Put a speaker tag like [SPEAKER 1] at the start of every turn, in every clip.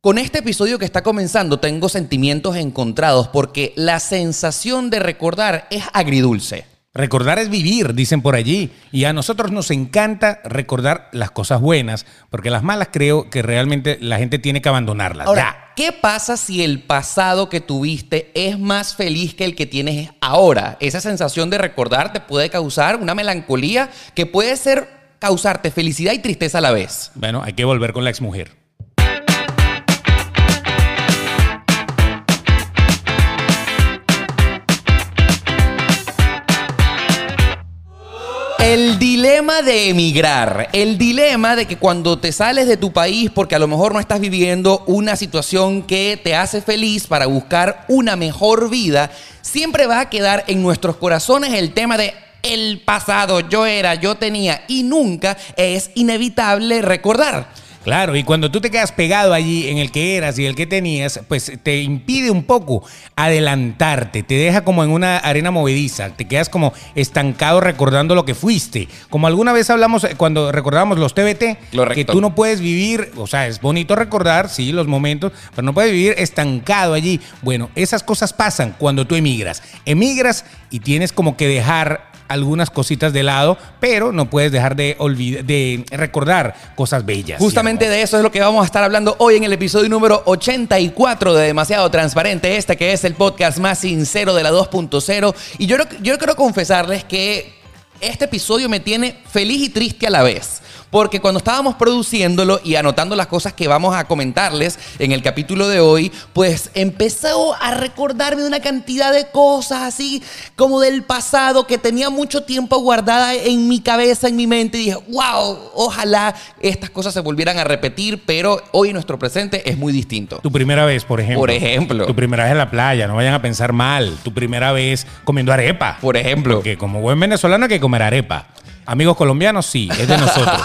[SPEAKER 1] Con este episodio que está comenzando tengo sentimientos encontrados porque la sensación de recordar es agridulce.
[SPEAKER 2] Recordar es vivir, dicen por allí. Y a nosotros nos encanta recordar las cosas buenas, porque las malas creo que realmente la gente tiene que abandonarlas. ya.
[SPEAKER 1] Ahora, ¿qué pasa si el pasado que tuviste es más feliz que el que tienes ahora? Esa sensación de recordar te puede causar una melancolía que puede ser causarte felicidad y tristeza a la vez.
[SPEAKER 2] Bueno, hay que volver con la exmujer.
[SPEAKER 1] El dilema de emigrar, el dilema de que cuando te sales de tu país porque a lo mejor no estás viviendo una situación que te hace feliz para buscar una mejor vida, siempre va a quedar en nuestros corazones el tema de el pasado, yo era, yo tenía y nunca es inevitable recordar.
[SPEAKER 2] Claro, y cuando tú te quedas pegado allí en el que eras y el que tenías, pues te impide un poco adelantarte, te deja como en una arena movediza, te quedas como estancado recordando lo que fuiste. Como alguna vez hablamos eh, cuando recordábamos los TBT, que
[SPEAKER 1] Correcto.
[SPEAKER 2] tú no puedes vivir, o sea, es bonito recordar, sí, los momentos, pero no puedes vivir estancado allí. Bueno, esas cosas pasan cuando tú emigras. Emigras y tienes como que dejar algunas cositas de lado, pero no puedes dejar de, olvid- de recordar cosas bellas.
[SPEAKER 1] Justamente de eso es lo que vamos a estar hablando hoy en el episodio número 84 de Demasiado Transparente, este que es el podcast más sincero de la 2.0. Y yo, creo- yo quiero confesarles que este episodio me tiene feliz y triste a la vez. Porque cuando estábamos produciéndolo y anotando las cosas que vamos a comentarles en el capítulo de hoy, pues empezó a recordarme una cantidad de cosas así como del pasado que tenía mucho tiempo guardada en mi cabeza, en mi mente. Y dije, wow, ojalá estas cosas se volvieran a repetir, pero hoy nuestro presente es muy distinto.
[SPEAKER 2] Tu primera vez, por ejemplo.
[SPEAKER 1] Por ejemplo.
[SPEAKER 2] Tu primera vez en la playa, no vayan a pensar mal. Tu primera vez comiendo arepa.
[SPEAKER 1] Por ejemplo.
[SPEAKER 2] Porque como buen venezolano hay que comer arepa. Amigos colombianos, sí, es de nosotros.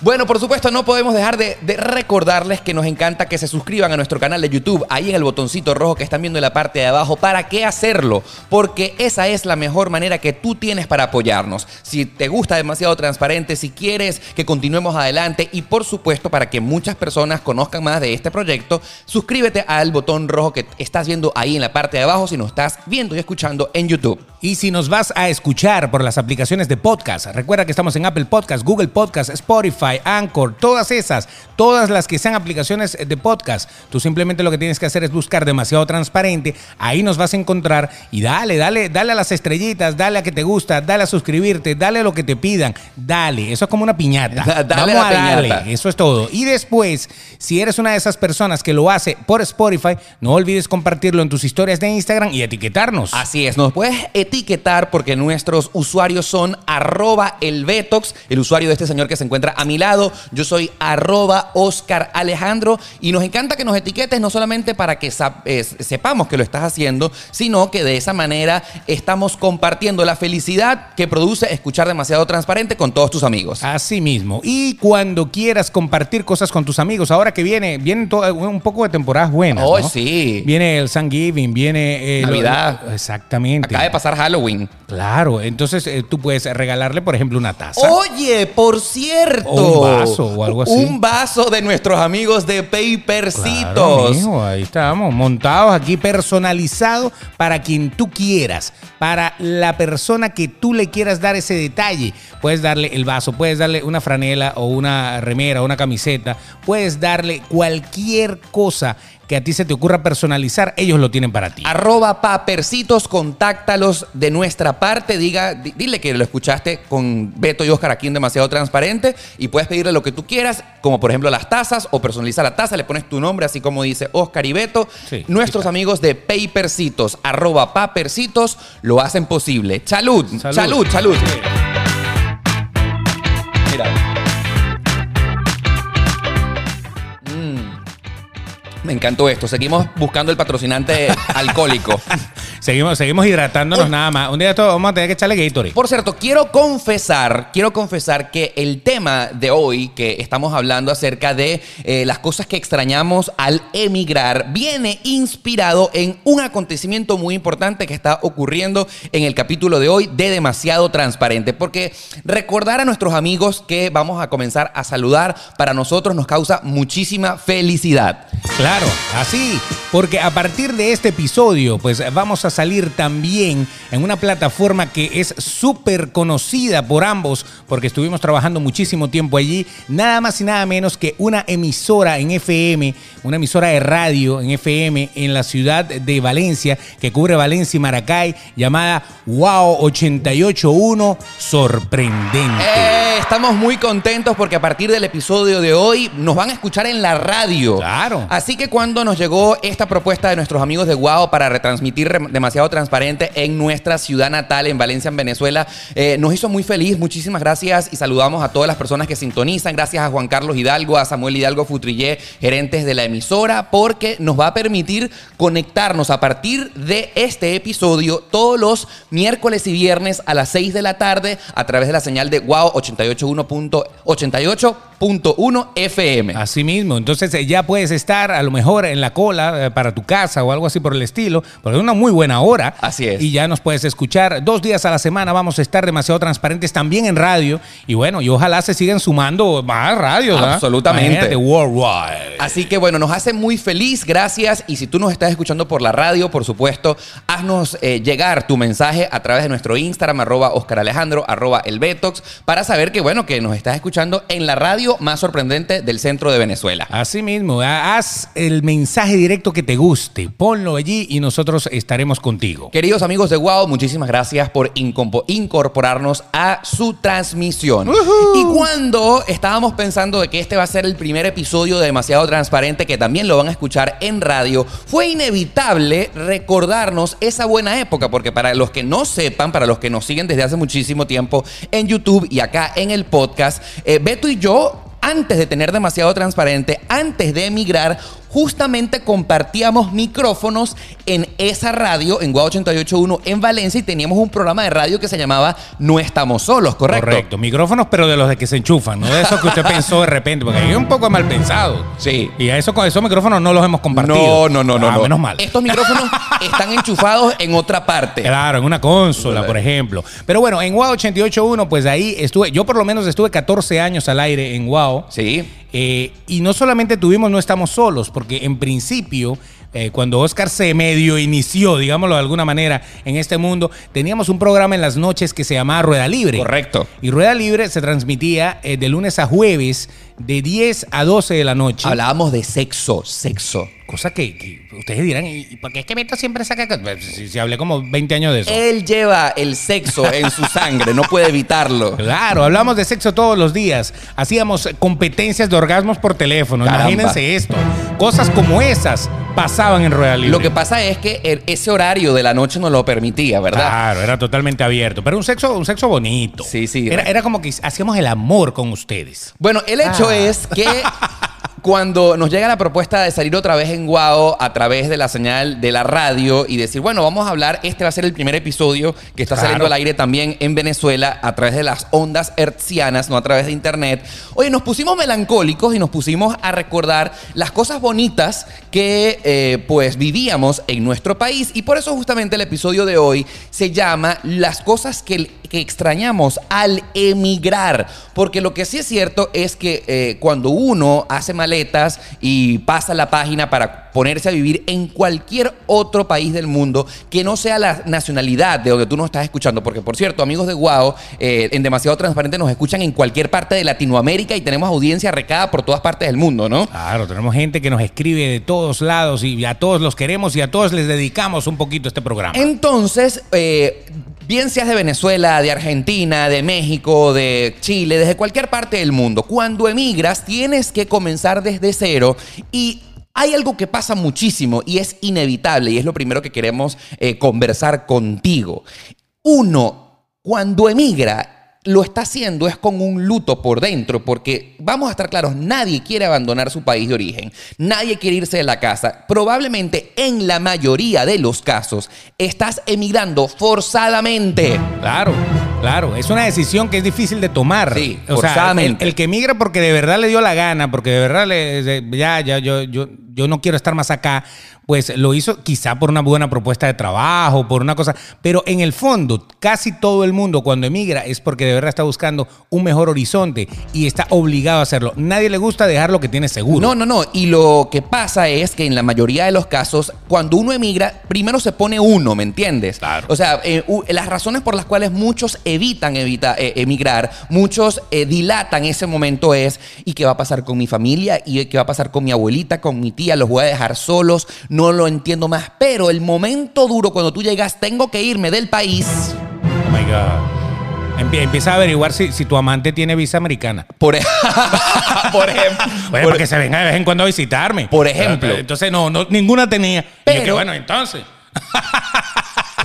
[SPEAKER 1] Bueno, por supuesto, no podemos dejar de, de recordarles que nos encanta que se suscriban a nuestro canal de YouTube, ahí en el botoncito rojo que están viendo en la parte de abajo. ¿Para qué hacerlo? Porque esa es la mejor manera que tú tienes para apoyarnos. Si te gusta demasiado transparente, si quieres que continuemos adelante y, por supuesto, para que muchas personas conozcan más de este proyecto, suscríbete al botón rojo que estás viendo ahí en la parte de abajo si nos estás viendo y escuchando en YouTube.
[SPEAKER 2] Y si nos vas a escuchar por las aplicaciones de podcast, recuerda que estamos en Apple Podcast, Google Podcast, Spotify, Anchor, todas esas, todas las que sean aplicaciones de podcast. Tú simplemente lo que tienes que hacer es buscar demasiado transparente, ahí nos vas a encontrar y dale, dale, dale a las estrellitas, dale a que te gusta, dale a suscribirte, dale a lo que te pidan, dale, eso es como una piñata.
[SPEAKER 1] Dale a la piñata.
[SPEAKER 2] darle. Eso es todo. Y después, si eres una de esas personas que lo hace por Spotify, no olvides compartirlo en tus historias de Instagram y etiquetarnos.
[SPEAKER 1] Así es, nos puedes etiquetar porque nuestros usuarios son arroba el Betox, el usuario de este señor que se encuentra a mi lado. Yo soy arroba Oscar Alejandro y nos encanta que nos etiquetes no solamente para que sa- eh, sepamos que lo estás haciendo, sino que de esa manera estamos compartiendo la felicidad que produce escuchar demasiado transparente con todos tus amigos.
[SPEAKER 2] Así mismo. Y cuando quieras compartir cosas con tus amigos, ahora que viene, vienen to- eh, un poco de temporadas buenas.
[SPEAKER 1] Hoy
[SPEAKER 2] ¿no?
[SPEAKER 1] sí.
[SPEAKER 2] Viene el Thanksgiving, viene. eh, lo-
[SPEAKER 1] Navidad.
[SPEAKER 2] lo- exactamente.
[SPEAKER 1] Acaba de pasar Halloween.
[SPEAKER 2] Claro, entonces eh, tú puedes regalarle, por ejemplo, una
[SPEAKER 1] ¡Oh,
[SPEAKER 2] taza.
[SPEAKER 1] Oye, por cierto.
[SPEAKER 2] O un vaso o algo así.
[SPEAKER 1] Un vaso de nuestros amigos de
[SPEAKER 2] Claro,
[SPEAKER 1] Papercitos.
[SPEAKER 2] mijo, ahí estamos, montados aquí, personalizado para quien tú quieras, para la persona que tú le quieras dar ese detalle. Puedes darle el vaso, puedes darle una franela o una remera, una camiseta, puedes darle cualquier cosa que a ti se te ocurra personalizar, ellos lo tienen para ti.
[SPEAKER 1] Arroba papercitos, contáctalos de nuestra parte. Diga, di- dile que lo escuchaste con Beto y Oscar aquí en Demasiado Transparente y puedes pedirle lo que tú quieras, como por ejemplo las tazas o personaliza la taza, le pones tu nombre, así como dice Oscar y Beto.
[SPEAKER 2] Sí,
[SPEAKER 1] Nuestros
[SPEAKER 2] sí,
[SPEAKER 1] amigos de Papercitos, arroba papercitos, lo hacen posible. Salud, salud, salud. Mira. Mm. Me encantó esto. Seguimos buscando el patrocinante alcohólico.
[SPEAKER 2] Seguimos, seguimos hidratándonos
[SPEAKER 1] Oye.
[SPEAKER 2] nada más. Un día esto vamos a tener que echarle Gatorade.
[SPEAKER 1] Por cierto, quiero confesar, quiero confesar que el tema de hoy, que estamos hablando acerca de eh, las cosas que extrañamos al emigrar, viene inspirado en un acontecimiento muy importante que está ocurriendo en el capítulo de hoy de Demasiado Transparente. Porque recordar a nuestros amigos que vamos a comenzar a saludar, para nosotros nos causa muchísima felicidad.
[SPEAKER 2] Claro, así, porque a partir de este episodio, pues vamos a salir también en una plataforma que es súper conocida por ambos, porque estuvimos trabajando muchísimo tiempo allí, nada más y nada menos que una emisora en FM, una emisora de radio en FM en la ciudad de Valencia, que cubre Valencia y Maracay, llamada Wow 881 Sorprendente.
[SPEAKER 1] Eh, estamos muy contentos porque a partir del episodio de hoy nos van a escuchar en la radio.
[SPEAKER 2] Claro.
[SPEAKER 1] Así que cuando nos llegó esta propuesta de nuestros amigos de Guau para retransmitir Rem- demasiado transparente en nuestra ciudad natal, en Valencia, en Venezuela, eh, nos hizo muy feliz. Muchísimas gracias y saludamos a todas las personas que sintonizan. Gracias a Juan Carlos Hidalgo, a Samuel Hidalgo Futrillé, gerentes de la emisora, porque nos va a permitir conectarnos a partir de este episodio todos los miércoles y viernes a las 6 de la tarde a través de la señal de Guau 88.1 FM.
[SPEAKER 2] Así mismo, entonces eh, ya puedes estar a lo mejor en la cola eh, para tu casa o algo así por el estilo, porque es una muy buena hora.
[SPEAKER 1] Así es.
[SPEAKER 2] Y ya nos puedes escuchar dos días a la semana, vamos a estar demasiado transparentes también en radio. Y bueno, y ojalá se sigan sumando más radios. ¿verdad?
[SPEAKER 1] Absolutamente.
[SPEAKER 2] Imagínate, worldwide.
[SPEAKER 1] Así que bueno, nos hace muy feliz, gracias. Y si tú nos estás escuchando por la radio, por supuesto, haznos eh, llegar tu mensaje a través de nuestro Instagram, arroba Oscar Alejandro, arroba el Betox, para saber que bueno, que nos estás escuchando en la radio más sorprendente del centro de Venezuela.
[SPEAKER 2] Así mismo, ha- haz el mensaje directo que te guste, ponlo allí y nosotros estaremos contigo.
[SPEAKER 1] Queridos amigos de Wow, muchísimas gracias por incompo- incorporarnos a su transmisión. Y cuando estábamos pensando de que este va a ser el primer episodio de Demasiado Transparente, que también lo van a escuchar en radio, fue inevitable recordarnos esa buena época, porque para los que no sepan, para los que nos siguen desde hace muchísimo tiempo en YouTube y acá en el podcast, eh, Beto y yo antes de tener demasiado transparente, antes de emigrar, justamente compartíamos micrófonos en esa radio, en Guau 881 en Valencia, y teníamos un programa de radio que se llamaba No Estamos Solos, ¿correcto?
[SPEAKER 2] micrófonos, pero de los de que se enchufan, no de esos que usted pensó de repente, porque hay un poco de mal pensado.
[SPEAKER 1] Sí.
[SPEAKER 2] Y a eso, con esos micrófonos no los hemos compartido.
[SPEAKER 1] No, no, no, no,
[SPEAKER 2] Ah,
[SPEAKER 1] no. Eh.
[SPEAKER 2] Menos mal.
[SPEAKER 1] Estos micrófonos están enchufados en otra parte.
[SPEAKER 2] Claro, en una consola, por ejemplo. Pero bueno, en WoW 88.1, pues ahí estuve, yo por lo menos estuve 14 años al aire en WoW.
[SPEAKER 1] Sí.
[SPEAKER 2] Eh, y no solamente tuvimos No Estamos Solos, porque en principio, eh, cuando Oscar se medio inició, digámoslo de alguna manera, en este mundo, teníamos un programa en las noches que se llamaba Rueda Libre.
[SPEAKER 1] Correcto.
[SPEAKER 2] Y Rueda Libre se transmitía eh, de lunes a jueves, de 10 a 12 de la noche.
[SPEAKER 1] Hablábamos de sexo, sexo.
[SPEAKER 2] Cosa que, que ustedes dirán, ¿y y por qué es que Beto siempre saca.? co-?" Si, si hablé como 20 años de eso.
[SPEAKER 1] Él lleva el sexo en su sangre, no puede evitarlo.
[SPEAKER 2] Claro, hablamos de sexo todos los días. Hacíamos competencias de orgasmos por teléfono.
[SPEAKER 1] Caramba.
[SPEAKER 2] Imagínense esto. Cosas como esas pasaban en Rueda Libre.
[SPEAKER 1] Lo que pasa es que el- ese horario de la noche no lo permitía, ¿verdad?
[SPEAKER 2] Claro, era totalmente abierto. Pero un sexo, un sexo bonito.
[SPEAKER 1] Sí, sí. eh.
[SPEAKER 2] Era, era como que hacíamos el amor con ustedes.
[SPEAKER 1] Bueno, el hecho
[SPEAKER 2] Ah.
[SPEAKER 1] es que cuando nos llega la propuesta de salir otra vez en Guao a través de la señal de la radio y decir, bueno, vamos a hablar, este va a ser el primer episodio que está
[SPEAKER 2] Claro.
[SPEAKER 1] saliendo al aire también en Venezuela a través de las ondas hertzianas, no a través de internet. Oye, nos pusimos melancólicos y nos pusimos a recordar las cosas bonitas que eh, pues vivíamos en nuestro país y por eso justamente el episodio de hoy se llama Las cosas que, que extrañamos al emigrar, porque lo que sí es cierto es que eh, cuando uno hace maletas y pasa la página para ponerse a vivir en cualquier otro país del mundo que no sea la nacionalidad de donde tú nos estás escuchando, porque por cierto, amigos de Guao, eh, en Demasiado Transparente nos escuchan en cualquier parte de Latinoamérica y tenemos audiencia recada por todas partes del mundo, ¿no?
[SPEAKER 2] Claro, tenemos gente que nos escribe de todos lados y a todos los queremos y a todos les dedicamos un poquito este programa.
[SPEAKER 1] Entonces, eh, bien seas de Venezuela, de Argentina, de México, de Chile, desde cualquier parte del mundo, cuando emigras tienes que comenzar desde cero y... Hay algo que pasa muchísimo y es inevitable y es lo primero que queremos eh, conversar contigo. Uno, cuando emigra, lo está haciendo es con un luto por dentro, porque vamos a estar claros, nadie quiere abandonar su país de origen, nadie quiere irse de la casa. Probablemente en la mayoría de los casos estás emigrando forzadamente.
[SPEAKER 2] Claro, claro. Es una decisión que es difícil de tomar.
[SPEAKER 1] Sí,
[SPEAKER 2] O sea,
[SPEAKER 1] forzadamente.
[SPEAKER 2] el, el que migra porque de verdad le dio la gana, porque de verdad le, le- ya, ya, yo, yo, yo no quiero estar más acá, pues lo hizo quizá por una buena propuesta de trabajo, por una cosa. Pero en el fondo, casi todo el mundo cuando emigra es porque de verdad está buscando un mejor horizonte y está obligado a hacerlo. Nadie le gusta dejar lo que tiene seguro.
[SPEAKER 1] No, no, no. Y lo que pasa es que en la mayoría de los casos, cuando uno emigra, primero se pone uno, ¿me entiendes?
[SPEAKER 2] Claro.
[SPEAKER 1] O sea, eh, u- las razones por las cuales muchos evitan evita- eh, emigrar, muchos eh, dilatan ese momento es, ¿y qué va a pasar con mi familia? ¿Y qué va a pasar con mi abuelita, con mi tía? ¿Los voy a dejar solos? No lo entiendo más. Pero el momento duro cuando tú llegas, tengo que irme del país.
[SPEAKER 2] Oh my God. Empie- Empieza a averiguar si, si tu amante tiene visa americana.
[SPEAKER 1] Por, ej- por ejemplo.
[SPEAKER 2] Bueno,
[SPEAKER 1] por-
[SPEAKER 2] porque se venga de vez en cuando a visitarme.
[SPEAKER 1] Por ejemplo.
[SPEAKER 2] Entonces, no, no ninguna tenía. Y yo
[SPEAKER 1] Pero-
[SPEAKER 2] que, bueno, entonces.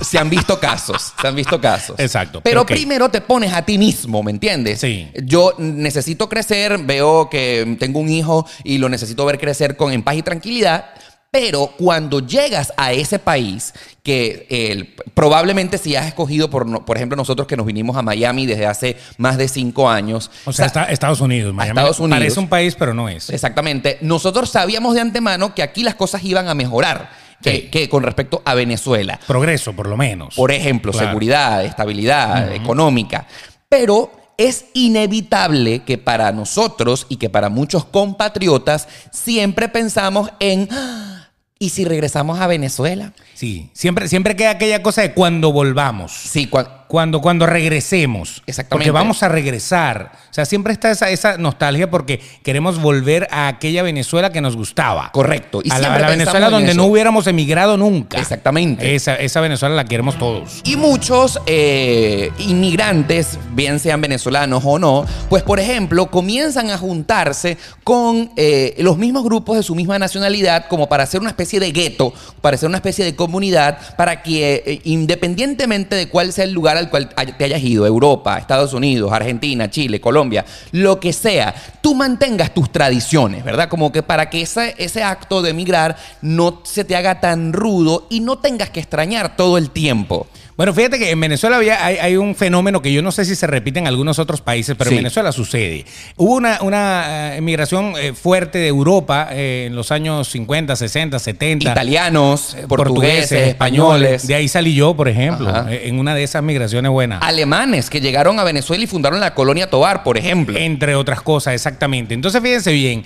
[SPEAKER 1] se han visto casos, se han visto casos.
[SPEAKER 2] Exacto,
[SPEAKER 1] Pero
[SPEAKER 2] pero ok.
[SPEAKER 1] primero te pones a ti mismo, ¿me entiendes?
[SPEAKER 2] Sí.
[SPEAKER 1] Yo necesito crecer, veo que tengo un hijo y lo necesito ver crecer con en paz y tranquilidad. Pero cuando llegas a ese país, que eh, probablemente si has escogido, por, no- por ejemplo, nosotros que nos vinimos a Miami desde hace más de cinco años.
[SPEAKER 2] O sea, está- Estados Unidos, Miami.
[SPEAKER 1] Estados Unidos.
[SPEAKER 2] Parece un país, pero no es.
[SPEAKER 1] Exactamente. Nosotros sabíamos de antemano que aquí las cosas iban a mejorar que-
[SPEAKER 2] Sí.
[SPEAKER 1] que con respecto a Venezuela.
[SPEAKER 2] Progreso, por lo menos.
[SPEAKER 1] Por e- ejemplo,
[SPEAKER 2] Claro.
[SPEAKER 1] seguridad, estabilidad económica. Pero es inevitable que para nosotros y que para muchos compatriotas siempre pensamos en, "Ah, ¿y si regresamos a Venezuela?
[SPEAKER 2] Sí. Siempre, siempre queda aquella cosa de cuando volvamos.
[SPEAKER 1] Sí, cua-
[SPEAKER 2] Cuando, cuando regresemos.
[SPEAKER 1] Exactamente.
[SPEAKER 2] Porque vamos a regresar. O sea, siempre está esa, esa nostalgia porque queremos volver a aquella Venezuela que nos gustaba.
[SPEAKER 1] correcto. Y
[SPEAKER 2] a la,
[SPEAKER 1] siempre
[SPEAKER 2] a la
[SPEAKER 1] pensamos
[SPEAKER 2] Venezuela
[SPEAKER 1] en
[SPEAKER 2] donde
[SPEAKER 1] eso.
[SPEAKER 2] no hubiéramos emigrado nunca.
[SPEAKER 1] Exactamente.
[SPEAKER 2] Esa, esa Venezuela la queremos todos.
[SPEAKER 1] Y muchos eh, inmigrantes, bien sean venezolanos o no, pues por ejemplo comienzan a juntarse con eh, los mismos grupos de su misma nacionalidad como para hacer una especie de gueto, para hacer una especie de comunidad, para que eh, independientemente de cuál sea el lugar al cual hay- te hayas ido, Europa, Estados Unidos, Argentina, Chile, Colombia, lo que sea, tú mantengas tus tradiciones, ¿verdad? Como que para que ese, ese acto de emigrar no se te haga tan rudo y no tengas que extrañar todo el tiempo.
[SPEAKER 2] Bueno, fíjate que en Venezuela había, hay, hay un fenómeno que yo no sé si se repite en algunos otros países, pero
[SPEAKER 1] Sí.
[SPEAKER 2] en Venezuela sucede. Hubo una, una eh, emigración eh, fuerte de Europa eh, en los años 50, 60, 70.
[SPEAKER 1] italianos,
[SPEAKER 2] eh,
[SPEAKER 1] portugueses, españoles,
[SPEAKER 2] De ahí salí yo, por ejemplo,
[SPEAKER 1] Ajá.
[SPEAKER 2] eh, en una de esas migraciones buenas.
[SPEAKER 1] alemanes que llegaron a Venezuela y fundaron la colonia Tobar, por ejemplo.
[SPEAKER 2] Entre otras cosas, exactamente. Entonces, fíjense bien,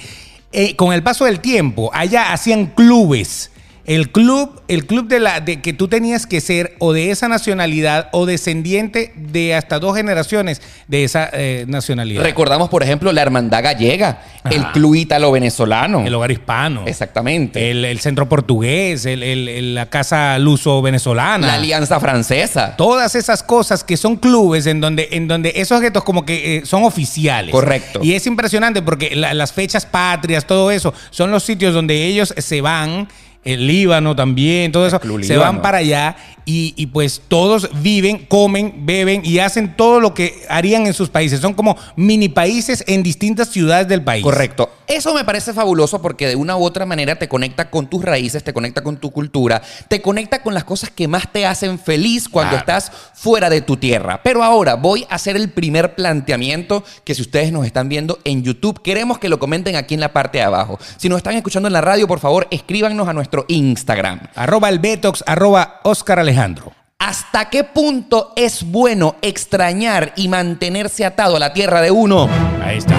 [SPEAKER 2] eh, con el paso del tiempo, allá hacían clubes. El club, el club de la de que tú tenías que ser o de esa nacionalidad o descendiente de hasta dos generaciones de esa eh, nacionalidad.
[SPEAKER 1] Recordamos, por ejemplo, la Hermandad Gallega, el
[SPEAKER 2] Ajá.
[SPEAKER 1] Club Ítalo-Venezolano.
[SPEAKER 2] el Eh, hogar hispano.
[SPEAKER 1] Exactamente.
[SPEAKER 2] El, el centro portugués, el- el- el- la casa luso-venezolana.
[SPEAKER 1] la Alianza Francesa.
[SPEAKER 2] Todas esas cosas que son clubes en donde, en donde esos objetos como que eh, son oficiales.
[SPEAKER 1] Correcto.
[SPEAKER 2] Y es impresionante porque la- las fechas patrias, todo eso, son los sitios donde ellos se van. El Líbano también, todo eso.
[SPEAKER 1] Club
[SPEAKER 2] Se
[SPEAKER 1] Líbano.
[SPEAKER 2] van para allá y, y pues todos viven, comen, beben y hacen todo lo que harían en sus países. Son como mini países en distintas ciudades del país.
[SPEAKER 1] Correcto. Eso me parece fabuloso porque de una u otra manera te conecta con tus raíces, te conecta con tu cultura, te conecta con las cosas que más te hacen feliz cuando
[SPEAKER 2] Claro.
[SPEAKER 1] estás fuera de tu tierra. Pero ahora voy a hacer el primer planteamiento que si ustedes nos están viendo en YouTube, queremos que lo comenten aquí en la parte de abajo. Si nos están escuchando en la radio, por favor, escríbanos a nuestro Instagram.
[SPEAKER 2] Arroba el Betox, arroba Oscar Alejandro.
[SPEAKER 1] ¿Hasta qué punto es bueno extrañar y mantenerse atado a la tierra de uno?
[SPEAKER 2] Ahí está.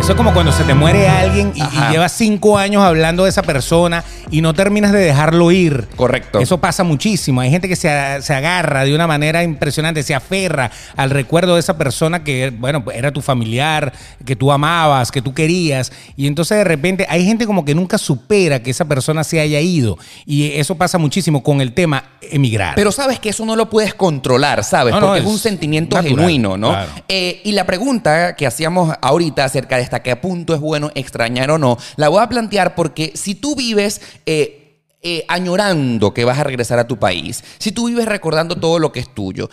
[SPEAKER 2] Eso es como cuando se te muere alguien y, y
[SPEAKER 1] Ajá.
[SPEAKER 2] llevas cinco años hablando de esa persona y no terminas de dejarlo ir.
[SPEAKER 1] Correcto.
[SPEAKER 2] Eso pasa muchísimo. Hay gente que se, a- se agarra de una manera impresionante, se aferra al recuerdo de esa persona que, bueno, pues, era tu familiar, que tú amabas, que tú querías. Y entonces de repente hay gente como que nunca supera que esa persona se haya ido. Y eso pasa muchísimo con el tema emigrar.
[SPEAKER 1] Pero sabes que eso no lo puedes controlar, ¿sabes?
[SPEAKER 2] No, no,
[SPEAKER 1] Porque es,
[SPEAKER 2] es
[SPEAKER 1] un sentimiento
[SPEAKER 2] natural,
[SPEAKER 1] genuino, ¿no?
[SPEAKER 2] claro.
[SPEAKER 1] Eh, y la pregunta que hacíamos ahorita acerca de hasta qué punto es bueno extrañar o no, la voy a plantear porque si tú vives... eh, eh, añorando que vas a regresar a tu país, si tú vives recordando todo lo que es tuyo,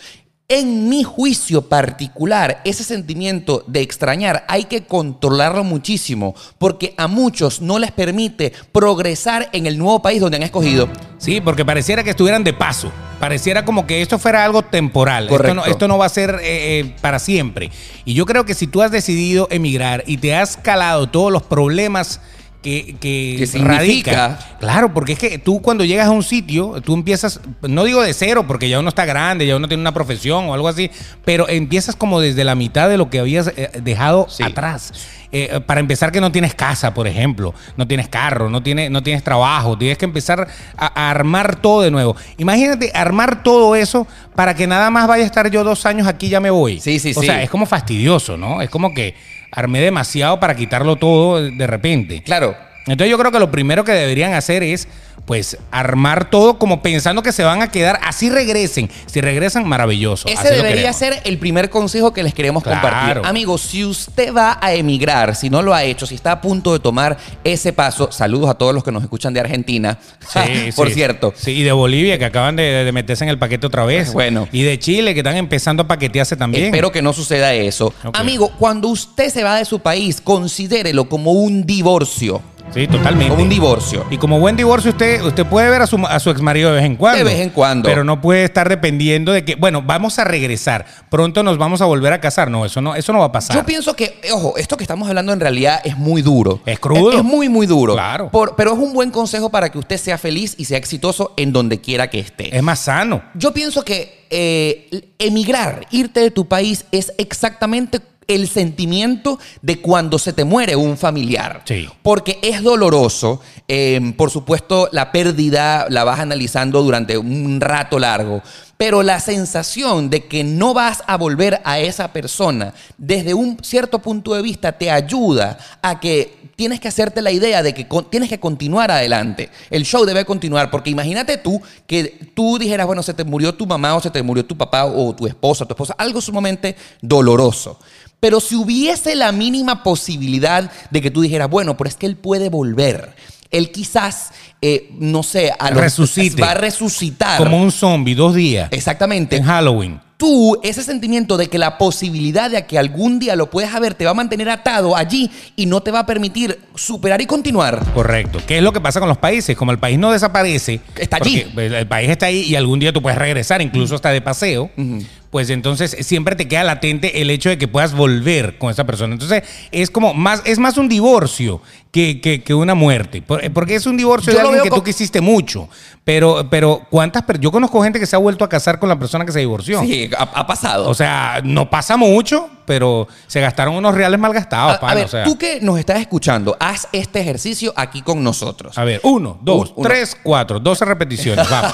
[SPEAKER 1] En mi juicio particular, ese sentimiento de extrañar hay que controlarlo muchísimo porque a muchos no les permite progresar en el nuevo país donde han escogido.
[SPEAKER 2] Sí, porque pareciera que estuvieran de paso. Pareciera como que esto fuera algo temporal. Esto
[SPEAKER 1] Correcto.
[SPEAKER 2] no, esto no va a ser eh, eh, para siempre. Y yo creo que si tú has decidido emigrar y te has calado todos los problemas que, que,
[SPEAKER 1] Que significa.
[SPEAKER 2] radica- Claro, porque es que tú cuando llegas a un sitio, tú empiezas, no digo de cero, porque ya uno está grande, ya uno tiene una profesión o algo así, pero empiezas como desde la mitad de lo que habías eh, dejado
[SPEAKER 1] Sí.
[SPEAKER 2] atrás. Eh, para empezar que no tienes casa, por ejemplo, no tienes carro, no tienes, no tienes trabajo, tienes que empezar a, a armar todo de nuevo. Imagínate armar todo eso para que nada más vaya a estar yo dos años aquí y ya me voy.
[SPEAKER 1] Sí, sí,
[SPEAKER 2] o
[SPEAKER 1] sí.
[SPEAKER 2] sea, es como fastidioso, ¿no? Es como que armé demasiado para quitarlo todo de repente.
[SPEAKER 1] Claro,
[SPEAKER 2] Entonces yo creo que lo primero que deberían hacer es, pues, armar todo como pensando que se van a quedar, así regresen. Si regresan, maravilloso.
[SPEAKER 1] Ese
[SPEAKER 2] así lo
[SPEAKER 1] debería
[SPEAKER 2] queremos.
[SPEAKER 1] ser el primer consejo que les queremos
[SPEAKER 2] Claro.
[SPEAKER 1] compartir. Amigos, si usted va a emigrar, si no lo ha hecho, si está a punto de tomar ese paso, saludos a todos los que nos escuchan de Argentina,
[SPEAKER 2] Sí,
[SPEAKER 1] Ah, por
[SPEAKER 2] sí.
[SPEAKER 1] cierto.
[SPEAKER 2] Sí, y de Bolivia, que acaban de, de meterse en el paquete otra vez.
[SPEAKER 1] Bueno.
[SPEAKER 2] Y de Chile, que están empezando a paquetearse también.
[SPEAKER 1] Espero que no suceda eso.
[SPEAKER 2] Ok.
[SPEAKER 1] Amigo, cuando usted se va de su país, considérelo como un divorcio.
[SPEAKER 2] Sí, totalmente.
[SPEAKER 1] Como un divorcio.
[SPEAKER 2] Y como buen divorcio, usted, usted puede ver a su, a su ex marido de vez en cuando.
[SPEAKER 1] De vez en cuando.
[SPEAKER 2] Pero no puede estar dependiendo de que, bueno, vamos a regresar. Pronto nos vamos a volver a casar. No, eso no, eso no va a pasar.
[SPEAKER 1] Yo pienso que, ojo, esto que estamos hablando en realidad es muy duro.
[SPEAKER 2] Es crudo.
[SPEAKER 1] Es, es muy, muy duro.
[SPEAKER 2] Claro.
[SPEAKER 1] Por- pero es un buen consejo para que usted sea feliz y sea exitoso en donde quiera que esté.
[SPEAKER 2] es más sano.
[SPEAKER 1] Yo pienso que eh, emigrar, irte de tu país, es exactamente el sentimiento de cuando se te muere un familiar.
[SPEAKER 2] Sí.
[SPEAKER 1] Porque es doloroso. eh, por supuesto, la pérdida la vas analizando durante un rato largo. Pero la sensación de que no vas a volver a esa persona, desde un cierto punto de vista, te ayuda a que tienes que hacerte la idea de que con- tienes que continuar adelante. El show debe continuar, porque imagínate tú que tú dijeras, bueno, se te murió tu mamá o se te murió tu papá o tu esposa, tu esposa, algo sumamente doloroso. Pero si hubiese la mínima posibilidad de que tú dijeras, bueno, pero es que él puede volver. Él quizás, eh, no sé, a los-
[SPEAKER 2] Resucite.
[SPEAKER 1] va a resucitar.
[SPEAKER 2] Como un zombie, dos días.
[SPEAKER 1] Exactamente.
[SPEAKER 2] En Halloween.
[SPEAKER 1] Tú, ese sentimiento de que la posibilidad de que algún día lo puedas haber te va a mantener atado allí y no te va a permitir superar y continuar.
[SPEAKER 2] Correcto. ¿Qué es lo que pasa con los países? Como el país no desaparece.
[SPEAKER 1] Está allí.
[SPEAKER 2] porque pues, El país está ahí y algún día tú puedes regresar, incluso hasta de paseo. Pues entonces siempre te queda latente el hecho de que puedas volver con esa persona. Entonces es como más, es más un divorcio que, que- que una muerte. Por- eh, Porque es un divorcio
[SPEAKER 1] Yo
[SPEAKER 2] de
[SPEAKER 1] lo
[SPEAKER 2] alguien
[SPEAKER 1] veo
[SPEAKER 2] que tú
[SPEAKER 1] como-
[SPEAKER 2] quisiste mucho. Pero, pero ¿cuántas per- Yo conozco gente que se ha vuelto a casar con la persona que se divorció.
[SPEAKER 1] Sí, ha, ha pasado.
[SPEAKER 2] O sea, no pasa mucho, pero se gastaron unos reales
[SPEAKER 1] a,
[SPEAKER 2] malgastados,
[SPEAKER 1] a
[SPEAKER 2] ah, pana,
[SPEAKER 1] ver,
[SPEAKER 2] o sea.
[SPEAKER 1] tú que nos estás escuchando, haz este ejercicio aquí con nosotros.
[SPEAKER 2] A ver, uno, dos,
[SPEAKER 1] Uh, uno.
[SPEAKER 2] tres, cuatro, doce repeticiones. Vamos.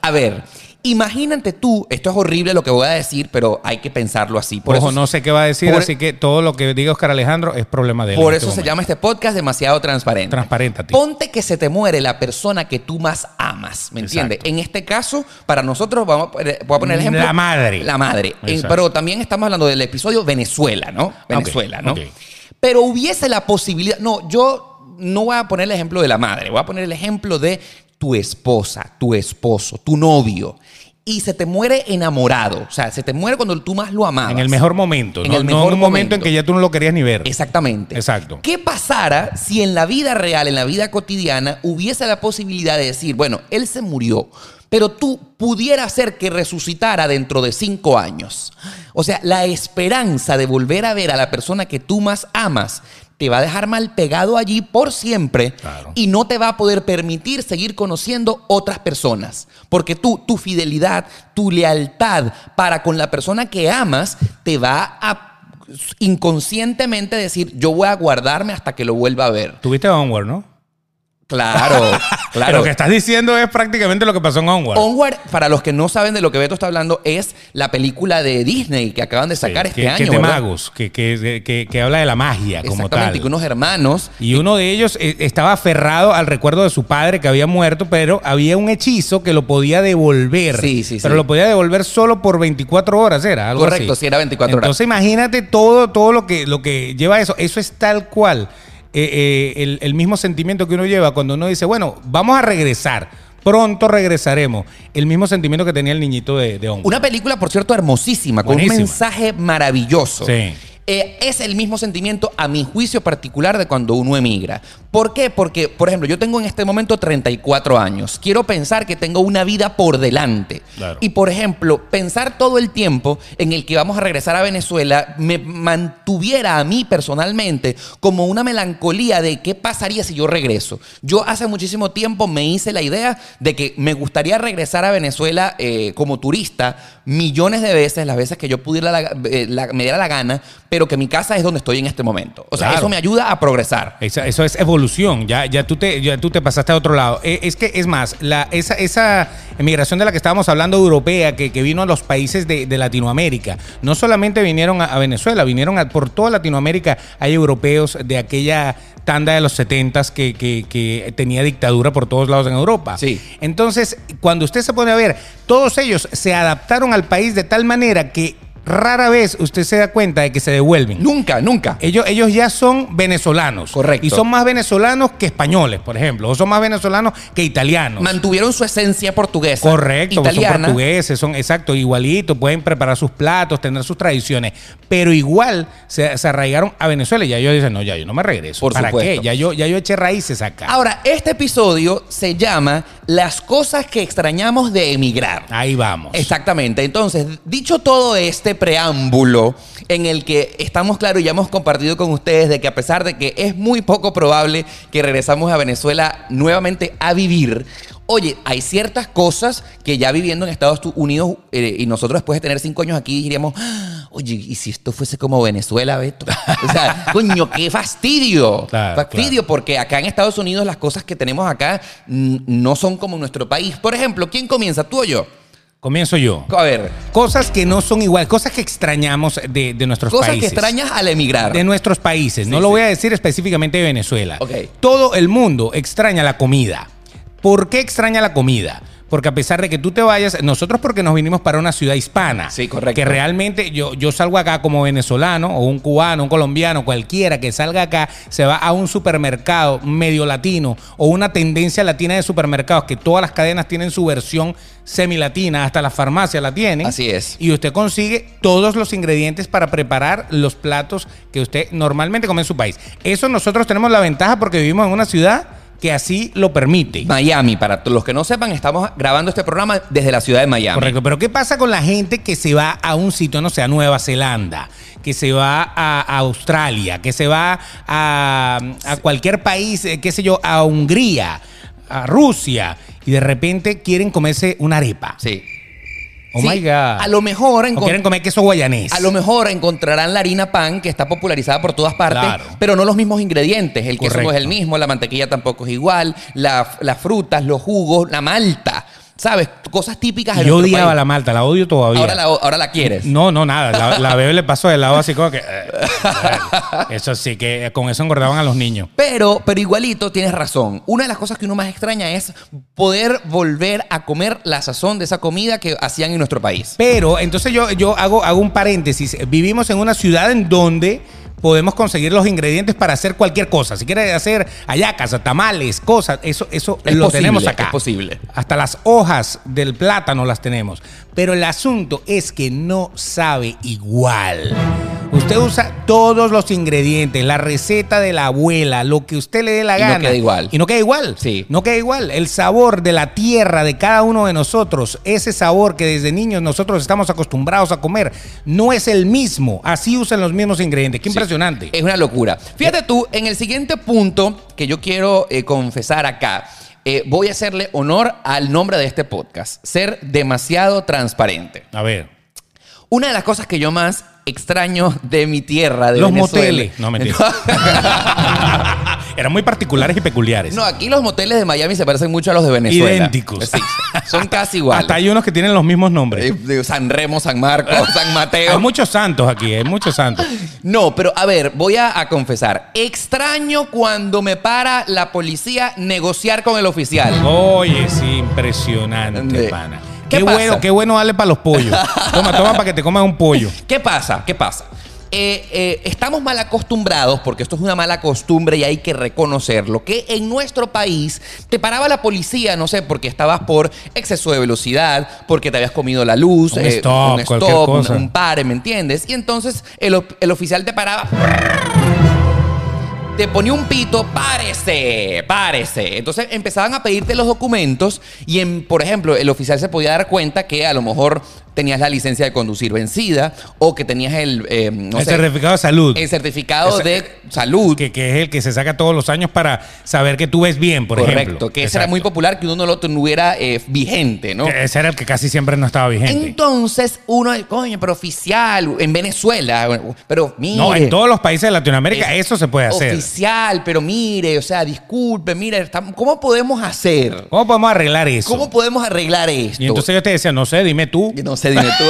[SPEAKER 1] a ver, imagínate tú, esto es horrible lo que voy a decir, pero hay que pensarlo así. Por
[SPEAKER 2] Ojo,
[SPEAKER 1] eso,
[SPEAKER 2] no sé qué va a decir,
[SPEAKER 1] por-
[SPEAKER 2] así que todo lo que diga Oscar Alejandro es problema de él.
[SPEAKER 1] por
[SPEAKER 2] en
[SPEAKER 1] eso
[SPEAKER 2] este
[SPEAKER 1] se
[SPEAKER 2] momento.
[SPEAKER 1] llama este podcast demasiado transparente.
[SPEAKER 2] Transparéntate.
[SPEAKER 1] Ponte que se te muere la persona que tú más amas, ¿me entiendes?
[SPEAKER 2] Exacto.
[SPEAKER 1] En este caso, para nosotros, vamos a poner, voy a poner el ejemplo.
[SPEAKER 2] La madre.
[SPEAKER 1] La madre. En-
[SPEAKER 2] Exacto.
[SPEAKER 1] pero también estamos hablando del episodio Venezuela, ¿no? Venezuela, ¿no?
[SPEAKER 2] ok.
[SPEAKER 1] Pero hubiese la posibilidad. No, yo no voy a poner el ejemplo de la madre, voy a poner el ejemplo de tu esposa, tu esposo, tu novio. Y se te muere enamorado. O sea, se te muere cuando tú más lo amabas.
[SPEAKER 2] En el mejor momento,
[SPEAKER 1] En
[SPEAKER 2] ¿no?
[SPEAKER 1] el
[SPEAKER 2] No
[SPEAKER 1] mejor
[SPEAKER 2] un momento en
[SPEAKER 1] momento.
[SPEAKER 2] que ya tú no lo querías ni ver.
[SPEAKER 1] Exactamente.
[SPEAKER 2] Exacto.
[SPEAKER 1] ¿Qué pasara si en la vida real, en la vida cotidiana, hubiese la posibilidad de decir, bueno, él se murió, pero tú pudiera hacer que resucitara dentro de cinco años? O sea, la esperanza de volver a ver a la persona que tú más amas te va a dejar mal pegado allí por siempre
[SPEAKER 2] Claro.
[SPEAKER 1] y no te va a poder permitir seguir conociendo otras personas. Porque tú, tu fidelidad, tu lealtad para con la persona que amas, te va a inconscientemente decir, yo voy a guardarme hasta que lo vuelva a ver.
[SPEAKER 2] Tuviste Onward, ¿no?
[SPEAKER 1] Claro,
[SPEAKER 2] Lo
[SPEAKER 1] claro.
[SPEAKER 2] que estás diciendo es prácticamente lo que pasó en Onward.
[SPEAKER 1] Onward, para los que no saben de lo que Beto está hablando, es la película de Disney que acaban de sacar
[SPEAKER 2] Sí,
[SPEAKER 1] este
[SPEAKER 2] que,
[SPEAKER 1] año.
[SPEAKER 2] que te
[SPEAKER 1] ¿verdad?
[SPEAKER 2] magos, que, que, que- que habla de la magia como
[SPEAKER 1] Exactamente, y
[SPEAKER 2] tal.
[SPEAKER 1] que unos hermanos
[SPEAKER 2] Y uno de ellos eh, estaba aferrado al recuerdo de su padre que había muerto, pero había un hechizo que lo podía devolver.
[SPEAKER 1] Sí, sí, sí.
[SPEAKER 2] Pero lo podía devolver solo por 24 horas, ¿era? Algo
[SPEAKER 1] Correcto,
[SPEAKER 2] así.
[SPEAKER 1] sí, era 24 horas.
[SPEAKER 2] Entonces imagínate todo, todo lo, que, lo que lleva a eso. Eso es tal cual eh, eh, el, el mismo sentimiento que uno lleva cuando uno dice, bueno, vamos a regresar. Pronto regresaremos. El mismo sentimiento que tenía el niñito de, de Ongo.
[SPEAKER 1] Una película, por cierto, hermosísima, con
[SPEAKER 2] Buenísima.
[SPEAKER 1] un mensaje maravilloso.
[SPEAKER 2] Sí.
[SPEAKER 1] Eh, es el mismo sentimiento, a mi juicio particular, de cuando uno emigra. ¿Por qué? Porque, por ejemplo, yo tengo en este momento 34 años. Quiero pensar que tengo una vida por delante.
[SPEAKER 2] Claro.
[SPEAKER 1] Y, por ejemplo, pensar todo el tiempo en el que vamos a regresar a Venezuela me mantuviera a mí personalmente como una melancolía de qué pasaría si yo regreso. Yo hace muchísimo tiempo me hice la idea de que me gustaría regresar a Venezuela eh, como turista millones de veces, las veces que yo pudiera, la- eh, la- me diera la gana, pero que mi casa es donde estoy en este momento. O sea,
[SPEAKER 2] Claro.
[SPEAKER 1] eso me ayuda a progresar.
[SPEAKER 2] Esa- Eso, es evolución, ya, ya, tú te, ya tú te pasaste a otro lado. E- Es que, es más, la, esa, esa emigración de la que estábamos hablando europea, que, que vino a los países de, de Latinoamérica, no solamente vinieron a, a Venezuela, vinieron a- por toda Latinoamérica, hay europeos de aquella tanda de los 70 que, que, que tenía dictadura por todos lados en Europa.
[SPEAKER 1] Sí.
[SPEAKER 2] Entonces, cuando usted se pone a ver, todos ellos se adaptaron al país de tal manera que rara vez usted se da cuenta de que se devuelven.
[SPEAKER 1] Nunca, nunca.
[SPEAKER 2] Ellos, ellos ya son venezolanos.
[SPEAKER 1] Correcto.
[SPEAKER 2] Y son más venezolanos que españoles, por ejemplo. O son más venezolanos que italianos.
[SPEAKER 1] Mantuvieron su esencia portuguesa.
[SPEAKER 2] Correcto, pues son
[SPEAKER 1] italiana.
[SPEAKER 2] portugueses, son exacto, igualitos, pueden preparar sus platos, tener sus tradiciones, pero igual se, se arraigaron a Venezuela y ya ellos dicen, no, ya yo no me regreso.
[SPEAKER 1] Por
[SPEAKER 2] ¿Para
[SPEAKER 1] supuesto.
[SPEAKER 2] qué? Ya yo, ya yo eché raíces acá.
[SPEAKER 1] Ahora, este episodio se llama Las cosas que extrañamos de emigrar.
[SPEAKER 2] Ahí vamos.
[SPEAKER 1] Exactamente. Entonces, dicho todo este preámbulo en el que estamos claros y ya hemos compartido con ustedes de que a pesar de que es muy poco probable que regresamos a Venezuela nuevamente a vivir, oye, hay ciertas cosas que ya viviendo en Estados Unidos eh, y nosotros después de tener cinco años aquí diríamos, "Ah, oye, ¿y si esto fuese como Venezuela, Beto? O sea, coño, qué fastidio.
[SPEAKER 2] Claro,
[SPEAKER 1] fastidio
[SPEAKER 2] claro.
[SPEAKER 1] porque acá en Estados Unidos las cosas que tenemos acá mm, no son como en nuestro país. Por ejemplo, ¿quién comienza? ¿Tú o yo?
[SPEAKER 2] Comienzo yo.
[SPEAKER 1] A ver,
[SPEAKER 2] Cosas que no son igual, cosas que extrañamos de, de nuestros
[SPEAKER 1] cosas
[SPEAKER 2] países.
[SPEAKER 1] que extrañas al emigrar.
[SPEAKER 2] De nuestros países. no
[SPEAKER 1] Sí,
[SPEAKER 2] lo
[SPEAKER 1] sí.
[SPEAKER 2] voy a decir específicamente de Venezuela.
[SPEAKER 1] Ok.
[SPEAKER 2] Todo el mundo extraña la comida. ¿Por qué extraña la comida? Porque a pesar de que tú te vayas, nosotros porque nos vinimos para una ciudad hispana.
[SPEAKER 1] Sí, correcto.
[SPEAKER 2] Que realmente yo, yo salgo acá como venezolano o un cubano, un colombiano, cualquiera que salga acá, se va a un supermercado medio latino o una tendencia latina de supermercados que todas las cadenas tienen su versión semilatina, hasta las farmacias la tienen.
[SPEAKER 1] Así es.
[SPEAKER 2] Y usted consigue todos los ingredientes para preparar los platos que usted normalmente come en su país. Eso nosotros tenemos la ventaja porque vivimos en una ciudad que así lo permite.
[SPEAKER 1] Miami, para t- los que no sepan, estamos grabando este programa desde la ciudad de Miami.
[SPEAKER 2] Correcto, pero ¿qué pasa con la gente que se va a un sitio, no sé, a Nueva Zelanda, que se va a, a Australia, que se va a, a cualquier país, eh, qué sé yo, a Hungría, a Rusia, y de repente quieren comerse una arepa?
[SPEAKER 1] Sí.
[SPEAKER 2] Oh
[SPEAKER 1] Sí,
[SPEAKER 2] my God.
[SPEAKER 1] A lo mejor
[SPEAKER 2] o
[SPEAKER 1] encon-
[SPEAKER 2] quieren comer queso guayanés.
[SPEAKER 1] A lo mejor encontrarán la harina pan que está popularizada por todas partes,
[SPEAKER 2] Claro.
[SPEAKER 1] pero no los mismos ingredientes. El queso no es
[SPEAKER 2] Correcto.
[SPEAKER 1] el mismo, la mantequilla tampoco es igual, la- las frutas, los jugos, la malta, ¿sabes? Cosas típicas de
[SPEAKER 2] Yo
[SPEAKER 1] nuestro
[SPEAKER 2] odiaba
[SPEAKER 1] país.
[SPEAKER 2] la malta, la odio todavía.
[SPEAKER 1] Ahora la, ahora la quieres.
[SPEAKER 2] No, no, nada. La, la veo y le paso de lado así como que. eh, bueno. eso sí, que eh, con eso engordaban a los niños.
[SPEAKER 1] Pero, pero igualito tienes razón. Una de las cosas que uno más extraña es poder volver a comer la sazón de esa comida que hacían en nuestro país.
[SPEAKER 2] Pero entonces yo, yo hago, hago un paréntesis. Vivimos en una ciudad en donde podemos conseguir los ingredientes para hacer cualquier cosa. Si quieres hacer hallacas, tamales, cosas, eso, eso
[SPEAKER 1] Es
[SPEAKER 2] lo
[SPEAKER 1] posible,
[SPEAKER 2] tenemos acá.
[SPEAKER 1] es posible.
[SPEAKER 2] Hasta las hojas del plátano las tenemos. Pero el asunto es que no sabe igual. Usted usa todos los ingredientes, la receta de la abuela, lo que usted le dé la
[SPEAKER 1] Y no
[SPEAKER 2] gana.
[SPEAKER 1] queda igual.
[SPEAKER 2] Y no queda igual.
[SPEAKER 1] Sí.
[SPEAKER 2] No queda igual. El sabor de la tierra de cada uno de nosotros, ese sabor que desde niños nosotros estamos acostumbrados a comer, no es el mismo. Así usan los mismos ingredientes. Qué impresionante.
[SPEAKER 1] Es una locura. Fíjate tú, en el siguiente punto que yo quiero eh, confesar acá, eh, voy a hacerle honor al nombre de este podcast, ser demasiado transparente.
[SPEAKER 2] A ver.
[SPEAKER 1] Una de las cosas que yo más extraño de mi tierra, de
[SPEAKER 2] Los
[SPEAKER 1] Venezuela.
[SPEAKER 2] moteles. No, mentira. Eran muy particulares y peculiares.
[SPEAKER 1] No, aquí los moteles de Miami se parecen mucho a los de Venezuela.
[SPEAKER 2] Idénticos.
[SPEAKER 1] Sí, son casi iguales.
[SPEAKER 2] Hasta hay unos que tienen los mismos nombres.
[SPEAKER 1] Eh, de San Remo, San Marcos, San
[SPEAKER 2] Hay
[SPEAKER 1] Mateo.
[SPEAKER 2] muchos santos aquí, hay muchos santos.
[SPEAKER 1] No, pero a ver, voy a, a confesar. Extraño cuando me para la policía negociar con el oficial.
[SPEAKER 2] Oye, es impresionante,
[SPEAKER 1] ¿Dónde?
[SPEAKER 2] pana.
[SPEAKER 1] ¿Qué
[SPEAKER 2] Qué,
[SPEAKER 1] pasa?
[SPEAKER 2] bueno, qué bueno darle para los pollos. Toma, toma para que te comas un pollo.
[SPEAKER 1] ¿Qué pasa? ¿Qué pasa? eh, eh, estamos mal acostumbrados, porque esto es una mala costumbre y hay que reconocerlo, que en nuestro país te paraba la policía, no sé, porque estabas por exceso de velocidad, porque te habías comido la luz, eh,
[SPEAKER 2] Un stop,
[SPEAKER 1] un,
[SPEAKER 2] cualquier
[SPEAKER 1] stop, un-
[SPEAKER 2] cosa.
[SPEAKER 1] un pare, ¿me entiendes? Y entonces el, op- el oficial te paraba te ponía un pito, párese, párese. Entonces empezaban a pedirte los documentos y, en, por ejemplo, el oficial se podía dar cuenta que a lo mejor tenías la licencia de conducir vencida o que tenías el, eh, no
[SPEAKER 2] el
[SPEAKER 1] sé,
[SPEAKER 2] certificado de salud.
[SPEAKER 1] el certificado
[SPEAKER 2] Ese-
[SPEAKER 1] de salud.
[SPEAKER 2] que, que es el que se saca todos los años para saber que tú ves bien, por
[SPEAKER 1] Correcto,
[SPEAKER 2] ejemplo.
[SPEAKER 1] que ese era
[SPEAKER 2] Exacto.
[SPEAKER 1] muy popular que uno no lo tuviera eh, vigente, ¿no?
[SPEAKER 2] Que Ese era el que casi siempre no estaba vigente.
[SPEAKER 1] Entonces uno, coño, pero oficial, en Venezuela, pero mire.
[SPEAKER 2] no, en todos los países de Latinoamérica
[SPEAKER 1] Es
[SPEAKER 2] eso se puede hacer.
[SPEAKER 1] Oficial, pero mire, o sea, disculpe, mire, estamos- ¿cómo podemos hacer?
[SPEAKER 2] ¿Cómo podemos arreglar eso?
[SPEAKER 1] ¿Cómo podemos arreglar esto?
[SPEAKER 2] y entonces yo te decía, no sé, dime tú.
[SPEAKER 1] Y no sé, dime tú.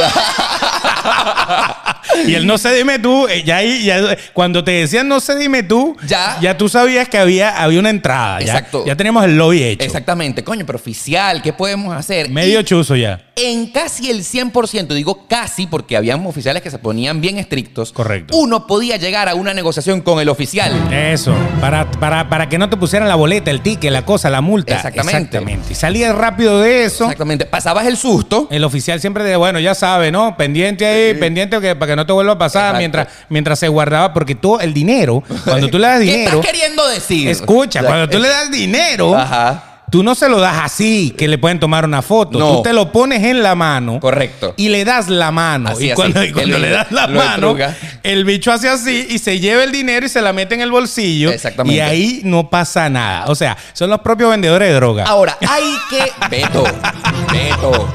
[SPEAKER 2] Y el no sé, dime tú, eh, ya ahí, ya- cuando te decían no sé, dime tú,
[SPEAKER 1] Ya.
[SPEAKER 2] tú sabías que había, había una entrada. ya-
[SPEAKER 1] Exacto.
[SPEAKER 2] Ya, teníamos el lobby hecho.
[SPEAKER 1] Exactamente, coño, pero oficial, ¿qué podemos hacer?
[SPEAKER 2] Medio
[SPEAKER 1] Y
[SPEAKER 2] chuzo ya.
[SPEAKER 1] en casi el 100%, digo casi porque habían oficiales que se ponían bien estrictos.
[SPEAKER 2] Correcto.
[SPEAKER 1] Uno podía llegar a una negociación con el oficial.
[SPEAKER 2] Eso, para, para, para que no te pusieran la boleta, el ticket, la cosa, la multa.
[SPEAKER 1] Exactamente.
[SPEAKER 2] Exactamente. Y salías rápido de eso.
[SPEAKER 1] Exactamente, pasabas el susto.
[SPEAKER 2] El oficial siempre de, bueno, ya sabe, ¿no? Pendiente ahí, pendiente que, para que no te vuelva a pasar
[SPEAKER 1] Exacto.
[SPEAKER 2] mientras, mientras se guardaba, porque todo el dinero, cuando tú le das
[SPEAKER 1] ¿Qué estás
[SPEAKER 2] dinero,
[SPEAKER 1] queriendo decir?
[SPEAKER 2] escucha, cuando tú le das dinero,
[SPEAKER 1] Ajá.
[SPEAKER 2] tú no se lo das así, que le pueden tomar una foto,
[SPEAKER 1] No.
[SPEAKER 2] tú te lo pones en la mano.
[SPEAKER 1] Correcto.
[SPEAKER 2] Y le das la mano.
[SPEAKER 1] Así,
[SPEAKER 2] y
[SPEAKER 1] así.
[SPEAKER 2] cuando, y
[SPEAKER 1] Él
[SPEAKER 2] cuando
[SPEAKER 1] lo-
[SPEAKER 2] le das la
[SPEAKER 1] lo
[SPEAKER 2] mano,
[SPEAKER 1] entruga.
[SPEAKER 2] el bicho hace así y se lleva el dinero y se la mete en el bolsillo.
[SPEAKER 1] Exactamente.
[SPEAKER 2] Y ahí no pasa nada. O sea, son los propios vendedores de droga.
[SPEAKER 1] Ahora, hay que. Beto, Beto.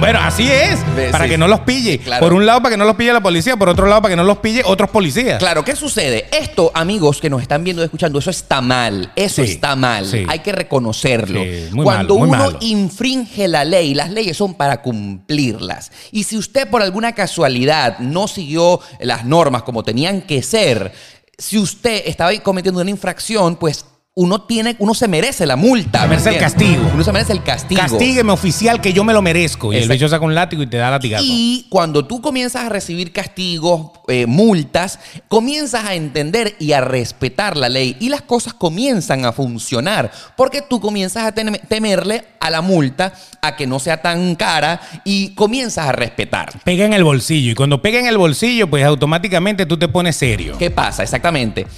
[SPEAKER 2] Bueno, así es.
[SPEAKER 1] Ve,
[SPEAKER 2] Para
[SPEAKER 1] sí.
[SPEAKER 2] que no los pille.
[SPEAKER 1] claro.
[SPEAKER 2] Por un lado, para que no los pille la policía. Por otro lado, para que no los pille otros policías.
[SPEAKER 1] Claro, ¿qué sucede? Esto, amigos que nos están viendo y escuchando, eso está mal. Eso
[SPEAKER 2] Sí,
[SPEAKER 1] está mal.
[SPEAKER 2] sí.
[SPEAKER 1] Hay que reconocerlo.
[SPEAKER 2] Sí, muy
[SPEAKER 1] Cuando
[SPEAKER 2] malo, muy
[SPEAKER 1] uno
[SPEAKER 2] malo.
[SPEAKER 1] infringe la ley, las leyes son para cumplirlas. Y si usted por alguna casualidad no siguió las normas como tenían que ser, si usted estaba ahí cometiendo una infracción, pues uno tiene, uno se merece la multa.
[SPEAKER 2] Se
[SPEAKER 1] ¿me
[SPEAKER 2] merece el
[SPEAKER 1] entiendes?
[SPEAKER 2] castigo.
[SPEAKER 1] Uno se merece el castigo.
[SPEAKER 2] Castígueme, oficial, que yo me lo merezco. Y el
[SPEAKER 1] Exacto.
[SPEAKER 2] bicho saca un látigo y te da latigazo.
[SPEAKER 1] Y cuando tú comienzas a recibir castigos, eh, multas, comienzas a entender y a respetar la ley y las cosas comienzan a funcionar porque tú comienzas a tem- temerle a la multa, a que no sea tan cara y comienzas a respetar.
[SPEAKER 2] Pega en el bolsillo. Y cuando pega en el bolsillo, pues automáticamente tú te pones serio.
[SPEAKER 1] ¿Qué pasa exactamente?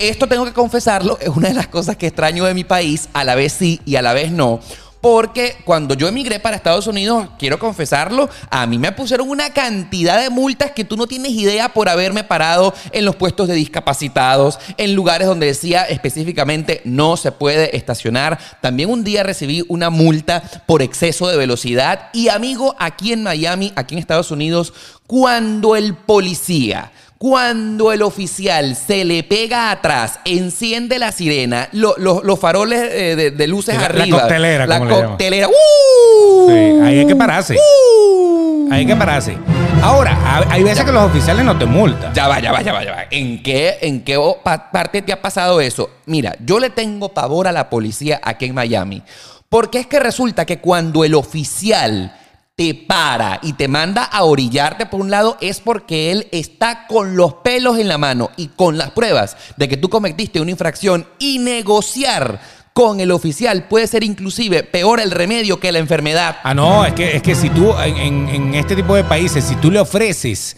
[SPEAKER 1] Esto tengo que confesarlo, es una de las cosas que extraño de mi país, a la vez sí y a la vez no. Porque cuando yo emigré para Estados Unidos, quiero confesarlo, a mí me pusieron una cantidad de multas que tú no tienes idea por haberme parado en los puestos de discapacitados, en lugares donde decía específicamente no se puede estacionar. También un día recibí una multa por exceso de velocidad. Y amigo, aquí en Miami, aquí en Estados Unidos, cuando el policía cuando el oficial se le pega atrás, enciende la sirena, lo- lo- los faroles eh, de, de luces
[SPEAKER 2] La- la
[SPEAKER 1] arriba.
[SPEAKER 2] coctelera,
[SPEAKER 1] La
[SPEAKER 2] como le llaman.
[SPEAKER 1] coctelera. ¡Uh!
[SPEAKER 2] Sí, ahí hay que pararse.
[SPEAKER 1] ¡Uh!
[SPEAKER 2] Hay que pararse. Ahora, ha- hay veces que los oficiales no te multan.
[SPEAKER 1] Ya va, ya va, ya va, ya va. ¿En qué, en qué o- pa- parte te ha pasado eso? Mira, yo le tengo pavor a la policía aquí en Miami. Porque es que resulta que cuando el oficial te para y te manda a orillarte por un lado es porque él está con los pelos en la mano y con las pruebas de que tú cometiste una infracción y negociar con el oficial puede ser inclusive peor el remedio que la enfermedad.
[SPEAKER 2] Ah, no, es que, es que si tú, en, en- en este tipo de países, si tú le ofreces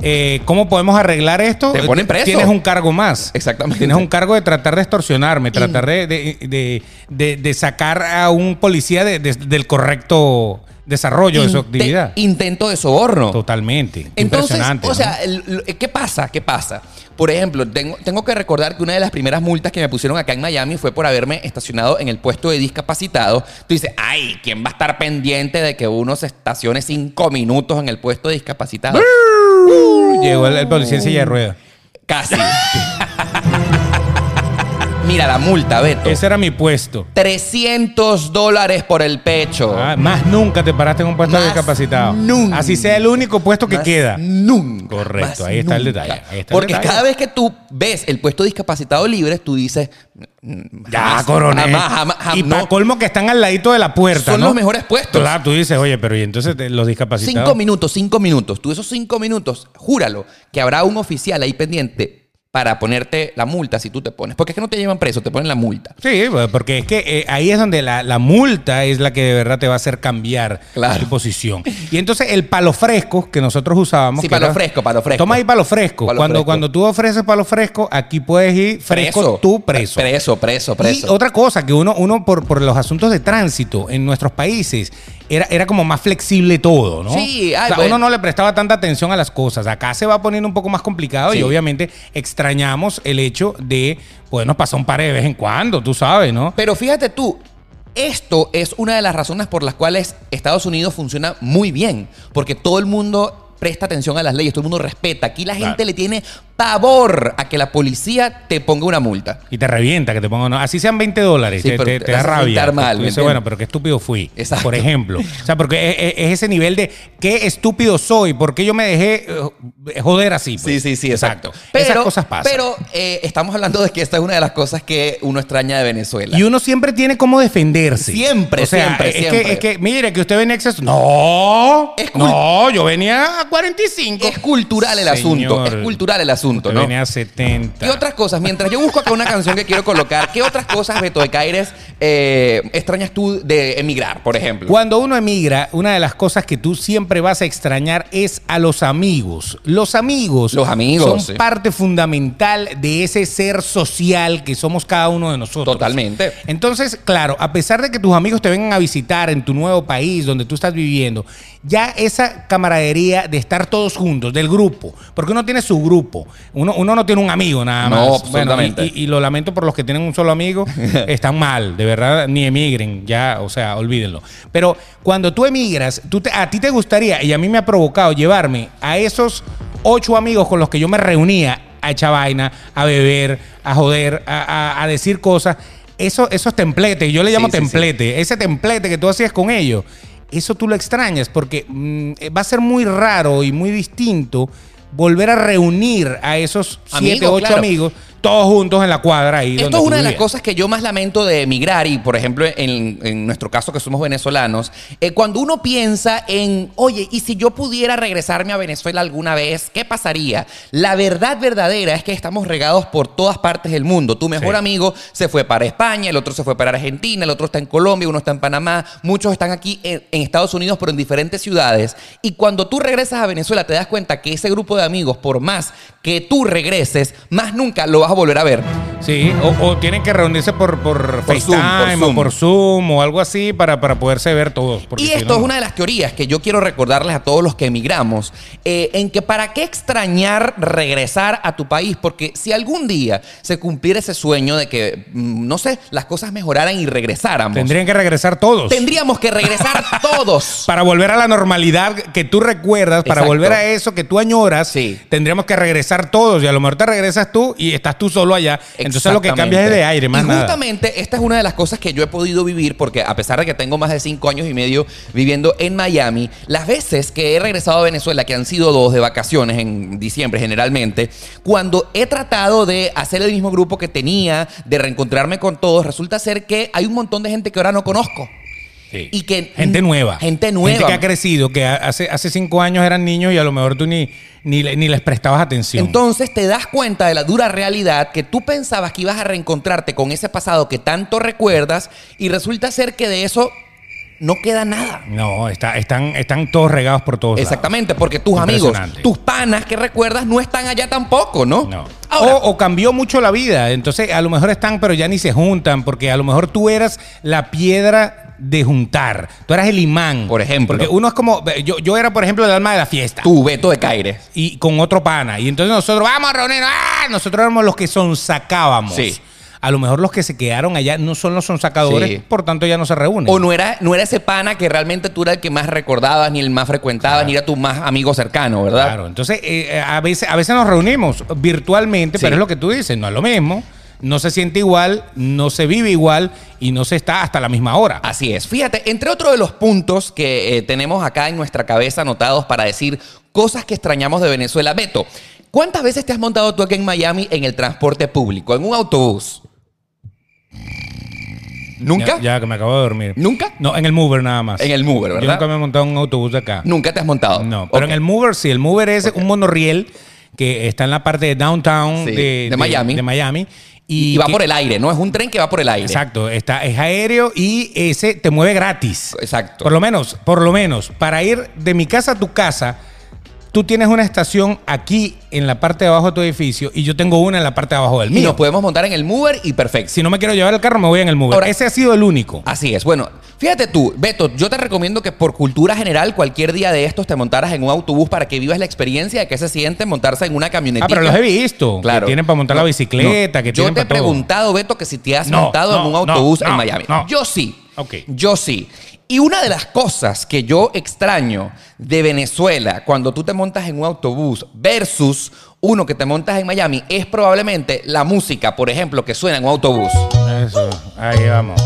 [SPEAKER 2] eh, cómo podemos arreglar esto,
[SPEAKER 1] Te ponen preso.
[SPEAKER 2] tienes un cargo más.
[SPEAKER 1] Exactamente.
[SPEAKER 2] Tienes un cargo de tratar de extorsionarme, tratar de, de- de- de- de sacar a un policía de- de- del correcto desarrollo de su
[SPEAKER 1] Inte-
[SPEAKER 2] actividad.
[SPEAKER 1] Intento de soborno.
[SPEAKER 2] Totalmente.
[SPEAKER 1] Entonces,
[SPEAKER 2] Impresionante.
[SPEAKER 1] o
[SPEAKER 2] ¿no?
[SPEAKER 1] sea, el- lo- eh, ¿qué pasa? ¿Qué pasa? Por ejemplo, tengo, tengo que recordar que una de las primeras multas que me pusieron acá en Miami fue por haberme estacionado en el puesto de discapacitado. Tú dices, ay, ¿quién va a estar pendiente de que uno se estacione cinco minutos en el puesto de discapacitado?
[SPEAKER 2] ¡Uh! llegó el, el policía en silla de ruedas.
[SPEAKER 1] Casi. Mira la multa, Beto.
[SPEAKER 2] Ese era mi puesto.
[SPEAKER 1] 300 dólares por el pecho.
[SPEAKER 2] Ah, más nunca te paraste en un puesto
[SPEAKER 1] Más
[SPEAKER 2] de discapacitado.
[SPEAKER 1] nunca.
[SPEAKER 2] Así sea el único puesto que
[SPEAKER 1] Más
[SPEAKER 2] queda.
[SPEAKER 1] Nunca.
[SPEAKER 2] Correcto,
[SPEAKER 1] más
[SPEAKER 2] ahí está el
[SPEAKER 1] nunca.
[SPEAKER 2] detalle, ahí está el
[SPEAKER 1] Porque
[SPEAKER 2] detalle.
[SPEAKER 1] cada vez que tú ves el puesto discapacitado libre, tú dices. mm,
[SPEAKER 2] Ya,
[SPEAKER 1] jamás,
[SPEAKER 2] coronel.
[SPEAKER 1] jamás, jamás, jam-
[SPEAKER 2] y
[SPEAKER 1] no.
[SPEAKER 2] para colmo que están al ladito de la puerta.
[SPEAKER 1] Son
[SPEAKER 2] ¿no?
[SPEAKER 1] los mejores puestos.
[SPEAKER 2] Claro, tú dices, oye, pero y entonces te- los discapacitados.
[SPEAKER 1] Cinco minutos, cinco minutos. Tú esos cinco minutos, júralo, que habrá un oficial ahí pendiente para ponerte la multa si tú te pones. Porque es que no te llevan preso, te ponen la multa.
[SPEAKER 2] Sí, porque es que eh, ahí es donde la, la multa es la que de verdad te va a hacer cambiar
[SPEAKER 1] Claro.
[SPEAKER 2] tu posición. Y entonces el palo fresco que nosotros usábamos.
[SPEAKER 1] Sí,
[SPEAKER 2] que
[SPEAKER 1] palo
[SPEAKER 2] era-
[SPEAKER 1] fresco, palo fresco.
[SPEAKER 2] Toma ahí palo fresco.
[SPEAKER 1] Palo
[SPEAKER 2] cuando,
[SPEAKER 1] fresco.
[SPEAKER 2] cuando tú ofreces palo fresco, aquí puedes ir fresco tú preso.
[SPEAKER 1] Pre- Preso, preso,
[SPEAKER 2] Y
[SPEAKER 1] preso.
[SPEAKER 2] otra cosa, que uno, uno por, por los asuntos de tránsito en nuestros países era, era como más flexible todo, ¿no?
[SPEAKER 1] Sí, ay,
[SPEAKER 2] o sea,
[SPEAKER 1] bueno.
[SPEAKER 2] uno no le prestaba tanta atención a las cosas. Acá se va poniendo un poco más complicado y
[SPEAKER 1] Sí.
[SPEAKER 2] obviamente extrañamos el hecho de podernos pasar un par de vez en cuando, tú sabes, ¿no?
[SPEAKER 1] Pero fíjate tú, esto es una de las razones por las cuales Estados Unidos funciona muy bien, porque todo el mundo presta atención a las leyes, todo el mundo respeta. Aquí la gente
[SPEAKER 2] Claro.
[SPEAKER 1] le tiene pavor a que la policía te ponga una multa.
[SPEAKER 2] Y te revienta que te pongan, ¿no? así sean 20 dólares,
[SPEAKER 1] Sí,
[SPEAKER 2] te,
[SPEAKER 1] pero
[SPEAKER 2] te-
[SPEAKER 1] te
[SPEAKER 2] te da
[SPEAKER 1] hace
[SPEAKER 2] rabia.
[SPEAKER 1] sentar mal,
[SPEAKER 2] Tú
[SPEAKER 1] ¿me
[SPEAKER 2] dices, bueno,
[SPEAKER 1] entiendes?
[SPEAKER 2] pero qué estúpido fui,
[SPEAKER 1] Exacto.
[SPEAKER 2] por ejemplo. O sea, porque es, es- es ese nivel de qué estúpido soy, por qué yo me dejé eh, joder así. pues.
[SPEAKER 1] Sí, sí, sí, exacto.
[SPEAKER 2] Esas cosas pasan.
[SPEAKER 1] Pero eh, estamos hablando de que esta es una de las cosas que uno extraña de Venezuela.
[SPEAKER 2] Y uno siempre tiene cómo defenderse.
[SPEAKER 1] Siempre,
[SPEAKER 2] O sea,
[SPEAKER 1] siempre,
[SPEAKER 2] es Que,
[SPEAKER 1] siempre.
[SPEAKER 2] es que, mire, que usted venía exceso. No,
[SPEAKER 1] Es cul-
[SPEAKER 2] no, yo venía a 45.
[SPEAKER 1] es cultural el asunto,
[SPEAKER 2] Señor,
[SPEAKER 1] es cultural el asunto,
[SPEAKER 2] Usted
[SPEAKER 1] ¿no?
[SPEAKER 2] venía a 70.
[SPEAKER 1] ¿Qué otras cosas? Mientras yo busco acá una canción que quiero colocar, ¿qué otras cosas, Beto de Caires, eh, extrañas tú de emigrar, por ejemplo?
[SPEAKER 2] Cuando uno emigra, una de las cosas que tú siempre vas a extrañar es a los amigos. Los amigos,
[SPEAKER 1] Los amigos,
[SPEAKER 2] son
[SPEAKER 1] sí.
[SPEAKER 2] parte fundamental de ese ser social que somos cada uno de nosotros.
[SPEAKER 1] Totalmente.
[SPEAKER 2] Entonces, claro, a pesar de que tus amigos te vengan a visitar en tu nuevo país donde tú estás viviendo, ya esa camaradería de estar todos juntos, del grupo, porque uno tiene su grupo, uno, uno no tiene un amigo nada
[SPEAKER 1] No,
[SPEAKER 2] más.
[SPEAKER 1] absolutamente.
[SPEAKER 2] y- y- y lo lamento por los que tienen un solo amigo, están mal, de verdad, ni emigren, ya, o sea, olvídenlo. Pero cuando tú emigras, tú te- a ti te gustaría, y a mí me ha provocado llevarme a esos ocho amigos con los que yo me reunía a echar vaina, a beber, a joder, a, a- a decir cosas, Eso- esos templetes, yo le llamo
[SPEAKER 1] Sí, sí, sí.
[SPEAKER 2] templete, ese templete que tú hacías con ellos, eso tú lo extrañas porque mm, va a ser muy raro y muy distinto. Volver a reunir a esos siete,
[SPEAKER 1] Amigos,
[SPEAKER 2] ocho
[SPEAKER 1] claro.
[SPEAKER 2] amigos, todos juntos en la cuadra ahí. donde
[SPEAKER 1] Esto es
[SPEAKER 2] tú
[SPEAKER 1] una de las
[SPEAKER 2] vivías.
[SPEAKER 1] cosas que yo más lamento de emigrar y, por ejemplo, en, en nuestro caso que somos venezolanos, eh, cuando uno piensa en, oye, ¿y si yo pudiera regresarme a Venezuela alguna vez? ¿Qué pasaría? La verdad verdadera es que estamos regados por todas partes del mundo. Tu mejor
[SPEAKER 2] Sí.
[SPEAKER 1] amigo se fue para España, el otro se fue para Argentina, el otro está en Colombia, uno está en Panamá, muchos están aquí en, en Estados Unidos, pero en diferentes ciudades. Y cuando tú regresas a Venezuela, te das cuenta que ese grupo de amigos, por más que tú regreses, más nunca lo vas a volver a ver.
[SPEAKER 2] Sí, o, o tienen que reunirse por, por,
[SPEAKER 1] Por Zoom,
[SPEAKER 2] FaceTime
[SPEAKER 1] por Zoom.
[SPEAKER 2] o por Zoom o algo así para, para poderse ver todos. porque
[SPEAKER 1] Y
[SPEAKER 2] si
[SPEAKER 1] esto
[SPEAKER 2] no,
[SPEAKER 1] es
[SPEAKER 2] no.
[SPEAKER 1] una de las teorías que yo quiero recordarles a todos los que emigramos, eh, en que para qué extrañar regresar a tu país, porque si algún día se cumpliera ese sueño de que, mm, no sé, las cosas mejoraran y regresáramos,
[SPEAKER 2] Tendrían que regresar todos.
[SPEAKER 1] tendríamos que regresar todos.
[SPEAKER 2] Para volver a la normalidad que tú recuerdas, para
[SPEAKER 1] Exacto.
[SPEAKER 2] volver a eso que tú añoras,
[SPEAKER 1] Sí.
[SPEAKER 2] tendríamos que regresar todos. Y a lo mejor te regresas tú y estás tú solo allá. Entonces lo que cambias es de aire, más
[SPEAKER 1] Y
[SPEAKER 2] nada.
[SPEAKER 1] justamente esta es una de las cosas que yo he podido vivir, porque a pesar de que tengo más de cinco años y medio viviendo en Miami, las veces que he regresado a Venezuela, que han sido dos de vacaciones en diciembre generalmente, cuando he tratado de hacer el mismo grupo que tenía, de reencontrarme con todos, resulta ser que hay un montón de gente que ahora no conozco.
[SPEAKER 2] Sí.
[SPEAKER 1] Y que-
[SPEAKER 2] gente nueva.
[SPEAKER 1] Gente nueva.
[SPEAKER 2] Gente que ha crecido, que ha- hace, hace cinco años eran niños y a lo mejor tú ni, ni, le- ni les prestabas atención.
[SPEAKER 1] Entonces te das cuenta de la dura realidad que tú pensabas que ibas a reencontrarte con ese pasado que tanto recuerdas y resulta ser que de eso no queda nada.
[SPEAKER 2] no, está- están, están todos regados por todos lados.
[SPEAKER 1] Exactamente, porque tus amigos,
[SPEAKER 2] Impresionante.
[SPEAKER 1] tus panas que recuerdas no están allá tampoco, ¿no?
[SPEAKER 2] No.
[SPEAKER 1] Ahora,
[SPEAKER 2] o, o cambió mucho la vida. Entonces, a lo mejor están, pero ya ni se juntan, porque a lo mejor tú eras la piedra de juntar. Tú eras el imán.
[SPEAKER 1] Por ejemplo.
[SPEAKER 2] Porque uno es como. Yo, yo era, por ejemplo, el alma de la fiesta.
[SPEAKER 1] tu Beto de Caires.
[SPEAKER 2] Y con otro pana. Y entonces nosotros, vamos a reunirnos. ¡Ah! Nosotros éramos los que sonsacábamos.
[SPEAKER 1] Sí.
[SPEAKER 2] A lo mejor los que se quedaron allá no son los sonsacadores,
[SPEAKER 1] Sí.
[SPEAKER 2] por tanto ya no se reúnen.
[SPEAKER 1] O no era, no era ese pana que realmente tú eras el que más recordabas, ni el más frecuentabas, ni era tu más amigo cercano, ¿verdad?
[SPEAKER 2] Claro, entonces eh, eh, a, veces, a veces nos reunimos virtualmente,
[SPEAKER 1] Sí.
[SPEAKER 2] pero es lo que tú dices, no es lo mismo. no se siente igual, no se vive igual y no se está hasta la misma hora.
[SPEAKER 1] Así es. Fíjate, entre otros de los puntos que eh, tenemos acá en nuestra cabeza anotados para decir cosas que extrañamos de Venezuela, Beto, ¿cuántas veces te has montado tú aquí en Miami en el transporte público, en un autobús? ¿Nunca?
[SPEAKER 2] Ya, ya que me acabo de dormir.
[SPEAKER 1] ¿Nunca?
[SPEAKER 2] No, en el Mover nada más.
[SPEAKER 1] En el Mover, ¿verdad?
[SPEAKER 2] Yo nunca me he montado en un autobús de acá.
[SPEAKER 1] Nunca te has montado.
[SPEAKER 2] No, pero
[SPEAKER 1] Ok.
[SPEAKER 2] en el Mover sí, el Mover es un monorriel que está en la parte de downtown
[SPEAKER 1] Sí,
[SPEAKER 2] de,
[SPEAKER 1] de Miami.
[SPEAKER 2] de Miami.
[SPEAKER 1] Y, va
[SPEAKER 2] que-
[SPEAKER 1] por el aire, ¿no? Es un tren que va por el aire.
[SPEAKER 2] Exacto, está, es aéreo y ese te mueve gratis.
[SPEAKER 1] Exacto.
[SPEAKER 2] Por lo menos, por lo menos, para ir de mi casa a tu casa, tú tienes una estación aquí en la parte de abajo de tu edificio y yo tengo una en la parte de abajo del
[SPEAKER 1] Y
[SPEAKER 2] mío.
[SPEAKER 1] nos podemos montar en el mover y perfecto.
[SPEAKER 2] Si no me quiero llevar el carro, me voy en el Mover.
[SPEAKER 1] Ahora- ah,
[SPEAKER 2] ese ha sido el único.
[SPEAKER 1] Así es. Bueno, fíjate tú, Beto, yo te recomiendo que por cultura general, cualquier día de estos te montaras en un autobús para que vivas la experiencia de que se siente montarse en una camionetita.
[SPEAKER 2] Ah, pero los he visto.
[SPEAKER 1] Claro.
[SPEAKER 2] Que tienen para montar la
[SPEAKER 1] No,
[SPEAKER 2] bicicleta,
[SPEAKER 1] no.
[SPEAKER 2] que
[SPEAKER 1] Yo
[SPEAKER 2] tienen
[SPEAKER 1] te he
[SPEAKER 2] para todo.
[SPEAKER 1] preguntado, Beto, que si te has
[SPEAKER 2] No,
[SPEAKER 1] montado en
[SPEAKER 2] no,
[SPEAKER 1] un
[SPEAKER 2] no,
[SPEAKER 1] autobús en
[SPEAKER 2] no,
[SPEAKER 1] Miami.
[SPEAKER 2] no.
[SPEAKER 1] Yo sí.
[SPEAKER 2] Ok.
[SPEAKER 1] Yo sí. Y una de las cosas que yo extraño de Venezuela cuando tú te montas en un autobús versus uno que te montas en Miami es probablemente la música, por ejemplo, que suena en un autobús.
[SPEAKER 2] Eso, ahí vamos.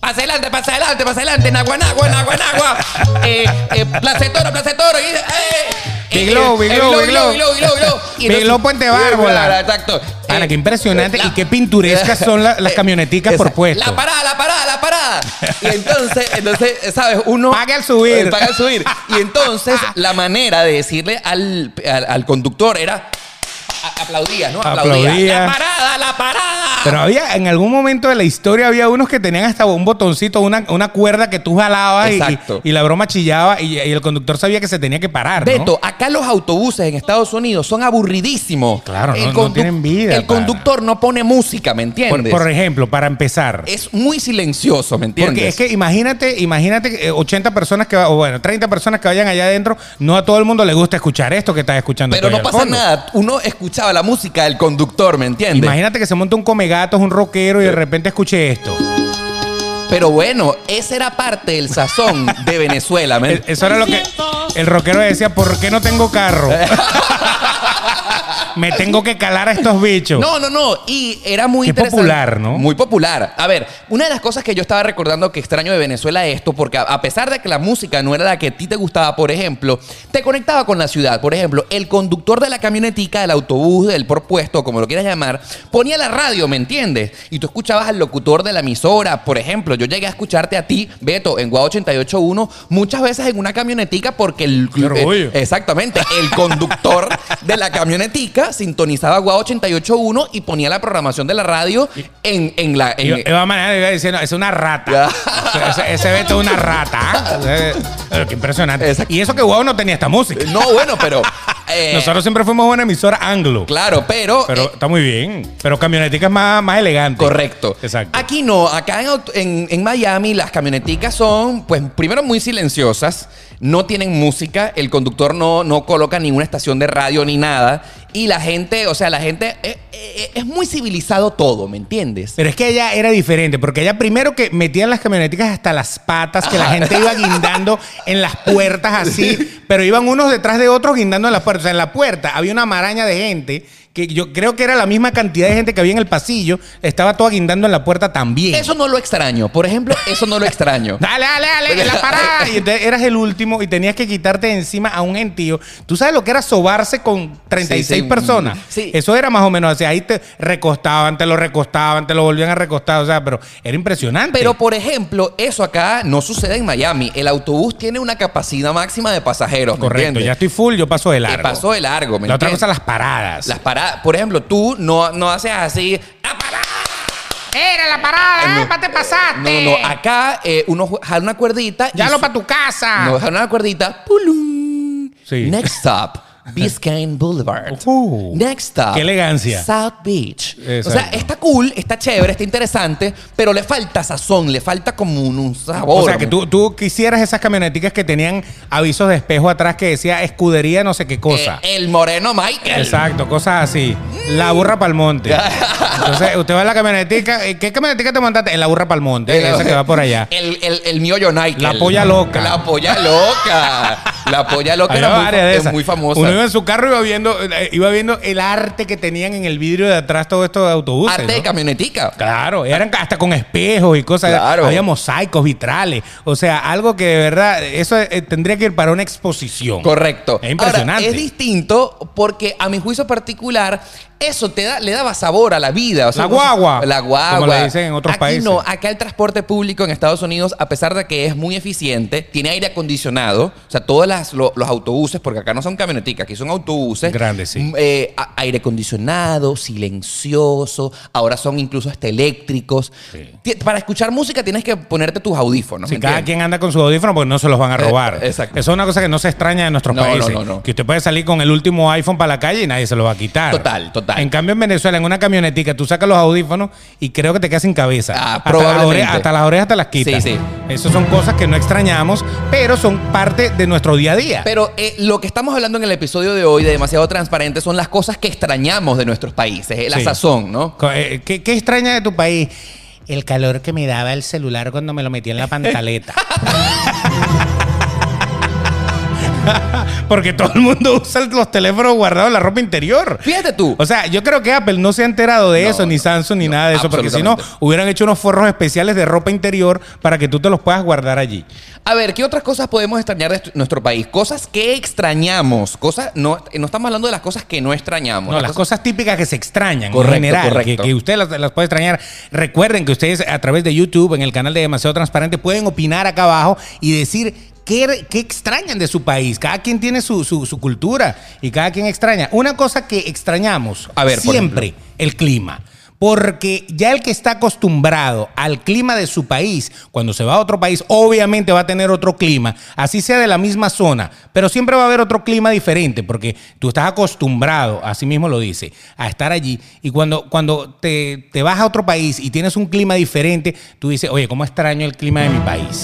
[SPEAKER 1] Pasa adelante, pasa adelante, pasa adelante, nagua, nagua, nagua, nagua. Eh, eh, place toro, place toro. y- eh,
[SPEAKER 2] Big
[SPEAKER 1] eh,
[SPEAKER 2] Low,
[SPEAKER 1] eh,
[SPEAKER 2] Big
[SPEAKER 1] eh,
[SPEAKER 2] Low, Big Low.
[SPEAKER 1] Big Low, Big Low, Big Low. Y
[SPEAKER 2] Big
[SPEAKER 1] entonces-
[SPEAKER 2] Low, Puente Bárbola.
[SPEAKER 1] Exacto.
[SPEAKER 2] Ana,
[SPEAKER 1] Eh,
[SPEAKER 2] qué impresionante
[SPEAKER 1] la-
[SPEAKER 2] y qué pinturescas son la- las
[SPEAKER 1] eh,
[SPEAKER 2] camioneticas por
[SPEAKER 1] exacto.
[SPEAKER 2] puesto.
[SPEAKER 1] La parada, la parada, la parada. Y entonces, entonces, ¿sabes? Uno.
[SPEAKER 2] Pague al subir.
[SPEAKER 1] Eh, Pague al subir. Y entonces, la manera de decirle al, al, al conductor era. a- Aplaudía, ¿no? Aplaudía.
[SPEAKER 2] Aplaudía.
[SPEAKER 1] La parada, la parada.
[SPEAKER 2] Pero había, en algún momento de la historia, había unos que tenían hasta un botoncito, una, una cuerda que tú jalabas y,
[SPEAKER 1] Exacto.
[SPEAKER 2] y- y la broma chillaba y, y el conductor sabía que se tenía que parar. ¿no?
[SPEAKER 1] Beto, acá los autobuses en Estados Unidos son aburridísimos.
[SPEAKER 2] Claro, no-
[SPEAKER 1] El
[SPEAKER 2] no
[SPEAKER 1] condu-
[SPEAKER 2] tienen vida,
[SPEAKER 1] El
[SPEAKER 2] pana.
[SPEAKER 1] conductor no pone música, ¿me
[SPEAKER 2] Por,
[SPEAKER 1] entiendes?
[SPEAKER 2] por ejemplo, para empezar.
[SPEAKER 1] es muy silencioso, ¿me entiendes?
[SPEAKER 2] Porque es que imagínate, imagínate eh, 80 personas que va, o bueno, 30 personas que vayan allá adentro, no a todo el mundo le gusta escuchar esto que estás escuchando.
[SPEAKER 1] Pero
[SPEAKER 2] tú allá
[SPEAKER 1] no
[SPEAKER 2] al
[SPEAKER 1] pasa
[SPEAKER 2] fondo.
[SPEAKER 1] nada. Uno escuchaba la música del conductor, ¿me entiendes? Eh.
[SPEAKER 2] Imagínate que se monta un comegatos, un rockero y de repente escuche esto.
[SPEAKER 1] Pero bueno, esa era parte del sazón de Venezuela, ¿me
[SPEAKER 2] El- E-, Eso era lo que el rockero decía, ¿por qué no tengo carro? Me tengo que calar a estos bichos.
[SPEAKER 1] No, no, no. Y era muy
[SPEAKER 2] Qué
[SPEAKER 1] interesante.
[SPEAKER 2] popular, ¿no?
[SPEAKER 1] Muy popular. A ver, una de las cosas que yo estaba recordando que extraño de Venezuela es esto, porque a- a pesar de que la música no era la que a ti te gustaba, por ejemplo, te conectaba con la ciudad. Por ejemplo, el conductor de la camionetica, del autobús, del propuesto, como lo quieras llamar, ponía la radio, ¿me entiendes? Y tú escuchabas al locutor de la emisora. Por ejemplo, yo llegué a escucharte a ti, Beto, en Guau 881, muchas veces en una camionetica porque el...
[SPEAKER 2] Qué orgullo.
[SPEAKER 1] eh, Exactamente. El conductor de la camionetica sintonizaba Guau 881 y ponía la programación de la radio en, en la. en-
[SPEAKER 2] Iba, iba manejando y iba diciendo, es una rata. ese, ese Beto es una rata. ¿eh? Eh, Qué impresionante.
[SPEAKER 1] Exacto.
[SPEAKER 2] Y eso que Guau no tenía esta música.
[SPEAKER 1] no, bueno, pero. eh,
[SPEAKER 2] Nosotros siempre fuimos una emisora anglo.
[SPEAKER 1] Claro, pero.
[SPEAKER 2] Pero
[SPEAKER 1] eh,
[SPEAKER 2] está muy bien. Pero camionetica es más, más elegante.
[SPEAKER 1] Correcto. Ah,
[SPEAKER 2] Exacto.
[SPEAKER 1] Aquí no, acá en, aut- en- en Miami las camioneticas son, pues, primero muy silenciosas, no tienen música, el conductor no, no coloca ninguna estación de radio ni nada, y la gente, o sea, la gente eh, eh, es muy civilizado todo, ¿me entiendes?
[SPEAKER 2] Pero es que allá era diferente, porque allá primero que metían las camioneticas hasta las patas, que la gente iba guindando en las puertas así, pero iban unos detrás de otros guindando en las puertas. O sea, en la puerta había una maraña de gente, que yo creo que era la misma cantidad de gente que había en el pasillo, estaba toda guindando en la puerta también.
[SPEAKER 1] Eso no lo extraño, por ejemplo, eso no lo extraño.
[SPEAKER 2] Dale, dale, dale, que la parada. Y entonces eras el último y tenías que quitarte de encima a un gentío. Tú sabes lo que era sobarse con 36
[SPEAKER 1] Sí, sí,
[SPEAKER 2] personas.
[SPEAKER 1] sí.
[SPEAKER 2] Eso era más o menos así. Ahí te recostaban, te lo recostaban, te lo volvían a recostar. O sea, pero era impresionante.
[SPEAKER 1] Pero, por ejemplo, eso acá no sucede en Miami. El autobús tiene una capacidad máxima de pasajeros. ¿me
[SPEAKER 2] Correcto,
[SPEAKER 1] entiendes?
[SPEAKER 2] ya estoy full, yo paso de
[SPEAKER 1] Que
[SPEAKER 2] largo.
[SPEAKER 1] pasó de largo, ¿me
[SPEAKER 2] la otra
[SPEAKER 1] entiendes?
[SPEAKER 2] cosa, las paradas.
[SPEAKER 1] Las paradas. Por ejemplo, tú no, no haces así. ¡Ah, parada!
[SPEAKER 2] ¡Era la parada!
[SPEAKER 1] Eh, No.
[SPEAKER 2] ¡Ah, pa' te pasaste!
[SPEAKER 1] No, no. Acá eh, uno ju- jala una cuerdita. y
[SPEAKER 2] ¡Ya lo
[SPEAKER 1] su-
[SPEAKER 2] para tu casa!
[SPEAKER 1] No, jala una cuerdita. ¡Pulum!
[SPEAKER 2] Sí.
[SPEAKER 1] Next stop. Biscayne Boulevard.
[SPEAKER 2] Ujú.
[SPEAKER 1] Next stop.
[SPEAKER 2] Qué elegancia.
[SPEAKER 1] South Beach.
[SPEAKER 2] Exacto.
[SPEAKER 1] O sea, está cool, está chévere, está interesante, pero le falta sazón, le falta como un, un sabor. Eh,
[SPEAKER 2] O sea, que tú, tú quisieras esas camioneticas que tenían avisos de espejo atrás que decía escudería no sé qué cosa.
[SPEAKER 1] Eh, el moreno Michael.
[SPEAKER 2] Exacto, cosas así. La burra pa'l monte. Entonces, usted va a la camionetica. eh, ¿Qué camionetica te mandaste? En la burra pa'l monte.
[SPEAKER 1] El-
[SPEAKER 2] Esa que va por allá.
[SPEAKER 1] El, el, el miollo Nike.
[SPEAKER 2] La polla loca.
[SPEAKER 1] La polla loca. La polla loca
[SPEAKER 2] Había
[SPEAKER 1] era muy,
[SPEAKER 2] varias de
[SPEAKER 1] es
[SPEAKER 2] esas.
[SPEAKER 1] muy famosa.
[SPEAKER 2] Uno iba en su carro y iba viendo, eh, iba viendo el arte que tenían en el vidrio de atrás todo esto de autobuses.
[SPEAKER 1] Arte de
[SPEAKER 2] ¿no?
[SPEAKER 1] camionetica.
[SPEAKER 2] Claro, eran hasta con espejos y cosas.
[SPEAKER 1] Claro.
[SPEAKER 2] Había mosaicos, vitrales. O sea, algo que de verdad, eso eh, tendría que ir para una exposición.
[SPEAKER 1] Correcto.
[SPEAKER 2] Es impresionante.
[SPEAKER 1] Ahora, es distinto porque a mi juicio particular eso te da, le daba sabor a la vida. O sea,
[SPEAKER 2] La
[SPEAKER 1] vos-
[SPEAKER 2] guagua,
[SPEAKER 1] La guagua.
[SPEAKER 2] como le dicen en otros
[SPEAKER 1] Aquí
[SPEAKER 2] países.
[SPEAKER 1] no, acá el transporte público en Estados Unidos, a pesar de que es muy eficiente, tiene aire acondicionado. O sea, todos las- lo- los autobuses, porque acá no son camioneticas, aquí son autobuses.
[SPEAKER 2] Grandes, sí.
[SPEAKER 1] Mm, eh, a- aire acondicionado, silencioso. Ahora son incluso hasta eléctricos. Ti- Para escuchar música tienes que ponerte tus audífonos.
[SPEAKER 2] Si
[SPEAKER 1] ¿me
[SPEAKER 2] cada
[SPEAKER 1] entiendes?
[SPEAKER 2] quien anda con su audífono, pues no se los van a
[SPEAKER 1] Eh,
[SPEAKER 2] robar.
[SPEAKER 1] exacto.
[SPEAKER 2] Eso es una cosa que no se extraña en nuestros
[SPEAKER 1] No, no,
[SPEAKER 2] países.
[SPEAKER 1] no, no.
[SPEAKER 2] Que usted puede salir con el último iPhone para la calle y nadie se lo va a quitar.
[SPEAKER 1] Total, total.
[SPEAKER 2] En cambio, en Venezuela, en una camionetica, tú sacas los audífonos y creo que te quedas sin cabeza.
[SPEAKER 1] Ah,
[SPEAKER 2] hasta,
[SPEAKER 1] probablemente.
[SPEAKER 2] las ore- hasta las orejas te las quitas.
[SPEAKER 1] Sí, sí.
[SPEAKER 2] Esas son cosas que no extrañamos, pero son parte de nuestro día a día.
[SPEAKER 1] Pero eh, lo que estamos hablando en el episodio de hoy de Demasiado Transparente son las cosas que extrañamos de nuestros países, eh, la
[SPEAKER 2] Sí.
[SPEAKER 1] sazón, ¿no?
[SPEAKER 2] Co- eh, ¿Qué, qué extraña de tu país? El calor que me daba el celular cuando me lo metía en la pantaleta. Porque todo el mundo usa los teléfonos guardados en la ropa interior.
[SPEAKER 1] Fíjate tú.
[SPEAKER 2] O sea, yo creo que Apple no se ha enterado de
[SPEAKER 1] No,
[SPEAKER 2] eso, ni
[SPEAKER 1] no,
[SPEAKER 2] Samsung, ni
[SPEAKER 1] no,
[SPEAKER 2] nada de eso, porque si no,
[SPEAKER 1] absolutamente.
[SPEAKER 2] hubieran hecho unos forros especiales de ropa interior para que tú te los puedas guardar allí.
[SPEAKER 1] A ver, ¿qué otras cosas podemos extrañar de est- nuestro país? Cosas que extrañamos, cosas no eh, no estamos hablando de las cosas que no extrañamos.
[SPEAKER 2] No, las cosas típicas que se extrañan
[SPEAKER 1] Correcto,
[SPEAKER 2] en general,
[SPEAKER 1] correcto.
[SPEAKER 2] Que, que usted las, las puede extrañar. Recuerden que ustedes a través de YouTube, en el canal de Demasiado Transparente, pueden opinar acá abajo y decir qué, qué extrañan de su país. Cada quien tiene su, su- su cultura y cada quien extraña. Una cosa que extrañamos
[SPEAKER 1] A ver, por
[SPEAKER 2] siempre, el clima. Porque ya el que está acostumbrado al clima de su país, cuando se va a otro país, obviamente va a tener otro clima, así sea de la misma zona, pero siempre va a haber otro clima diferente, porque tú estás acostumbrado, así mismo lo dice, a estar allí. Y cuando, cuando te, te vas a otro país y tienes un clima diferente, tú dices, oye, ¿cómo extraño el clima de mi país?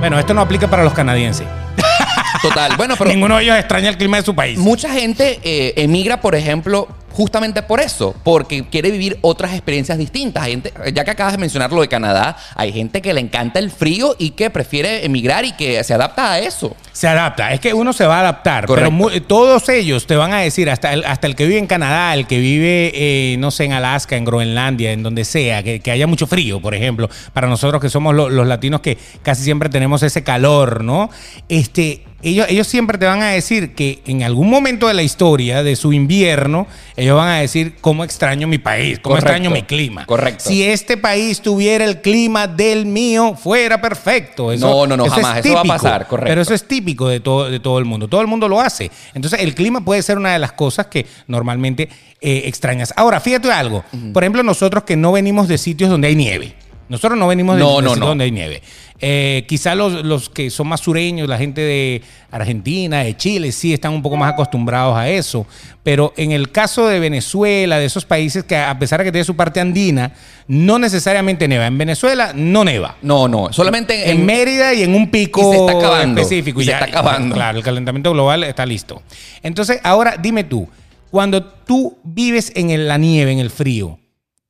[SPEAKER 2] Bueno, esto no aplica para los canadienses.
[SPEAKER 1] Total. Bueno, pero
[SPEAKER 2] Ninguno de ellos extraña el clima de su país.
[SPEAKER 1] mucha gente eh, emigra, por ejemplo, justamente por eso, porque quiere vivir otras experiencias distintas. Hay gente, ya que acabas de mencionar lo de Canadá, hay gente que le encanta el frío y que prefiere emigrar y que se adapta a eso.
[SPEAKER 2] Se adapta, es que uno se va a adaptar,
[SPEAKER 1] Correcto.
[SPEAKER 2] pero mu- todos ellos te van a decir, hasta el, hasta el que vive en Canadá, el que vive, eh, no sé, en Alaska, en Groenlandia, en donde sea, que, que haya mucho frío, por ejemplo, para nosotros que somos lo- los latinos que casi siempre tenemos ese calor, ¿no? Este, ellos, ellos siempre te van a decir que en algún momento de la historia, de su invierno, ellos van a decir, ¿cómo extraño mi país? ¿Cómo
[SPEAKER 1] Correcto.
[SPEAKER 2] extraño mi clima?
[SPEAKER 1] Correcto.
[SPEAKER 2] Si este país tuviera el clima del mío, fuera perfecto. Eso-
[SPEAKER 1] No, no, no,
[SPEAKER 2] eso es
[SPEAKER 1] jamás. Eso va a
[SPEAKER 2] típico.
[SPEAKER 1] pasar, correcto.
[SPEAKER 2] Pero eso es típico de todo, de todo el mundo. Todo el mundo lo hace. Entonces, el clima puede ser una de las cosas que normalmente eh, extrañas. Ahora, fíjate algo. Por ejemplo, nosotros que no venimos de sitios donde hay nieve. Nosotros no venimos de,
[SPEAKER 1] No,
[SPEAKER 2] de
[SPEAKER 1] no,
[SPEAKER 2] sitios
[SPEAKER 1] no.
[SPEAKER 2] donde hay nieve. Eh, quizá los, los que son más sureños, la gente de Argentina, de Chile, sí están un poco más acostumbrados a eso. Pero en el caso de Venezuela, de esos países que a pesar de que tiene su parte andina, no necesariamente neva. En Venezuela no neva.
[SPEAKER 1] No, no, solamente
[SPEAKER 2] En, Mérida y en un pico
[SPEAKER 1] Y se está acabando.
[SPEAKER 2] específico.
[SPEAKER 1] Y se está acabando.
[SPEAKER 2] Claro, el calentamiento global está listo. Entonces, ahora dime tú, cuando tú vives en el- la nieve, en el frío,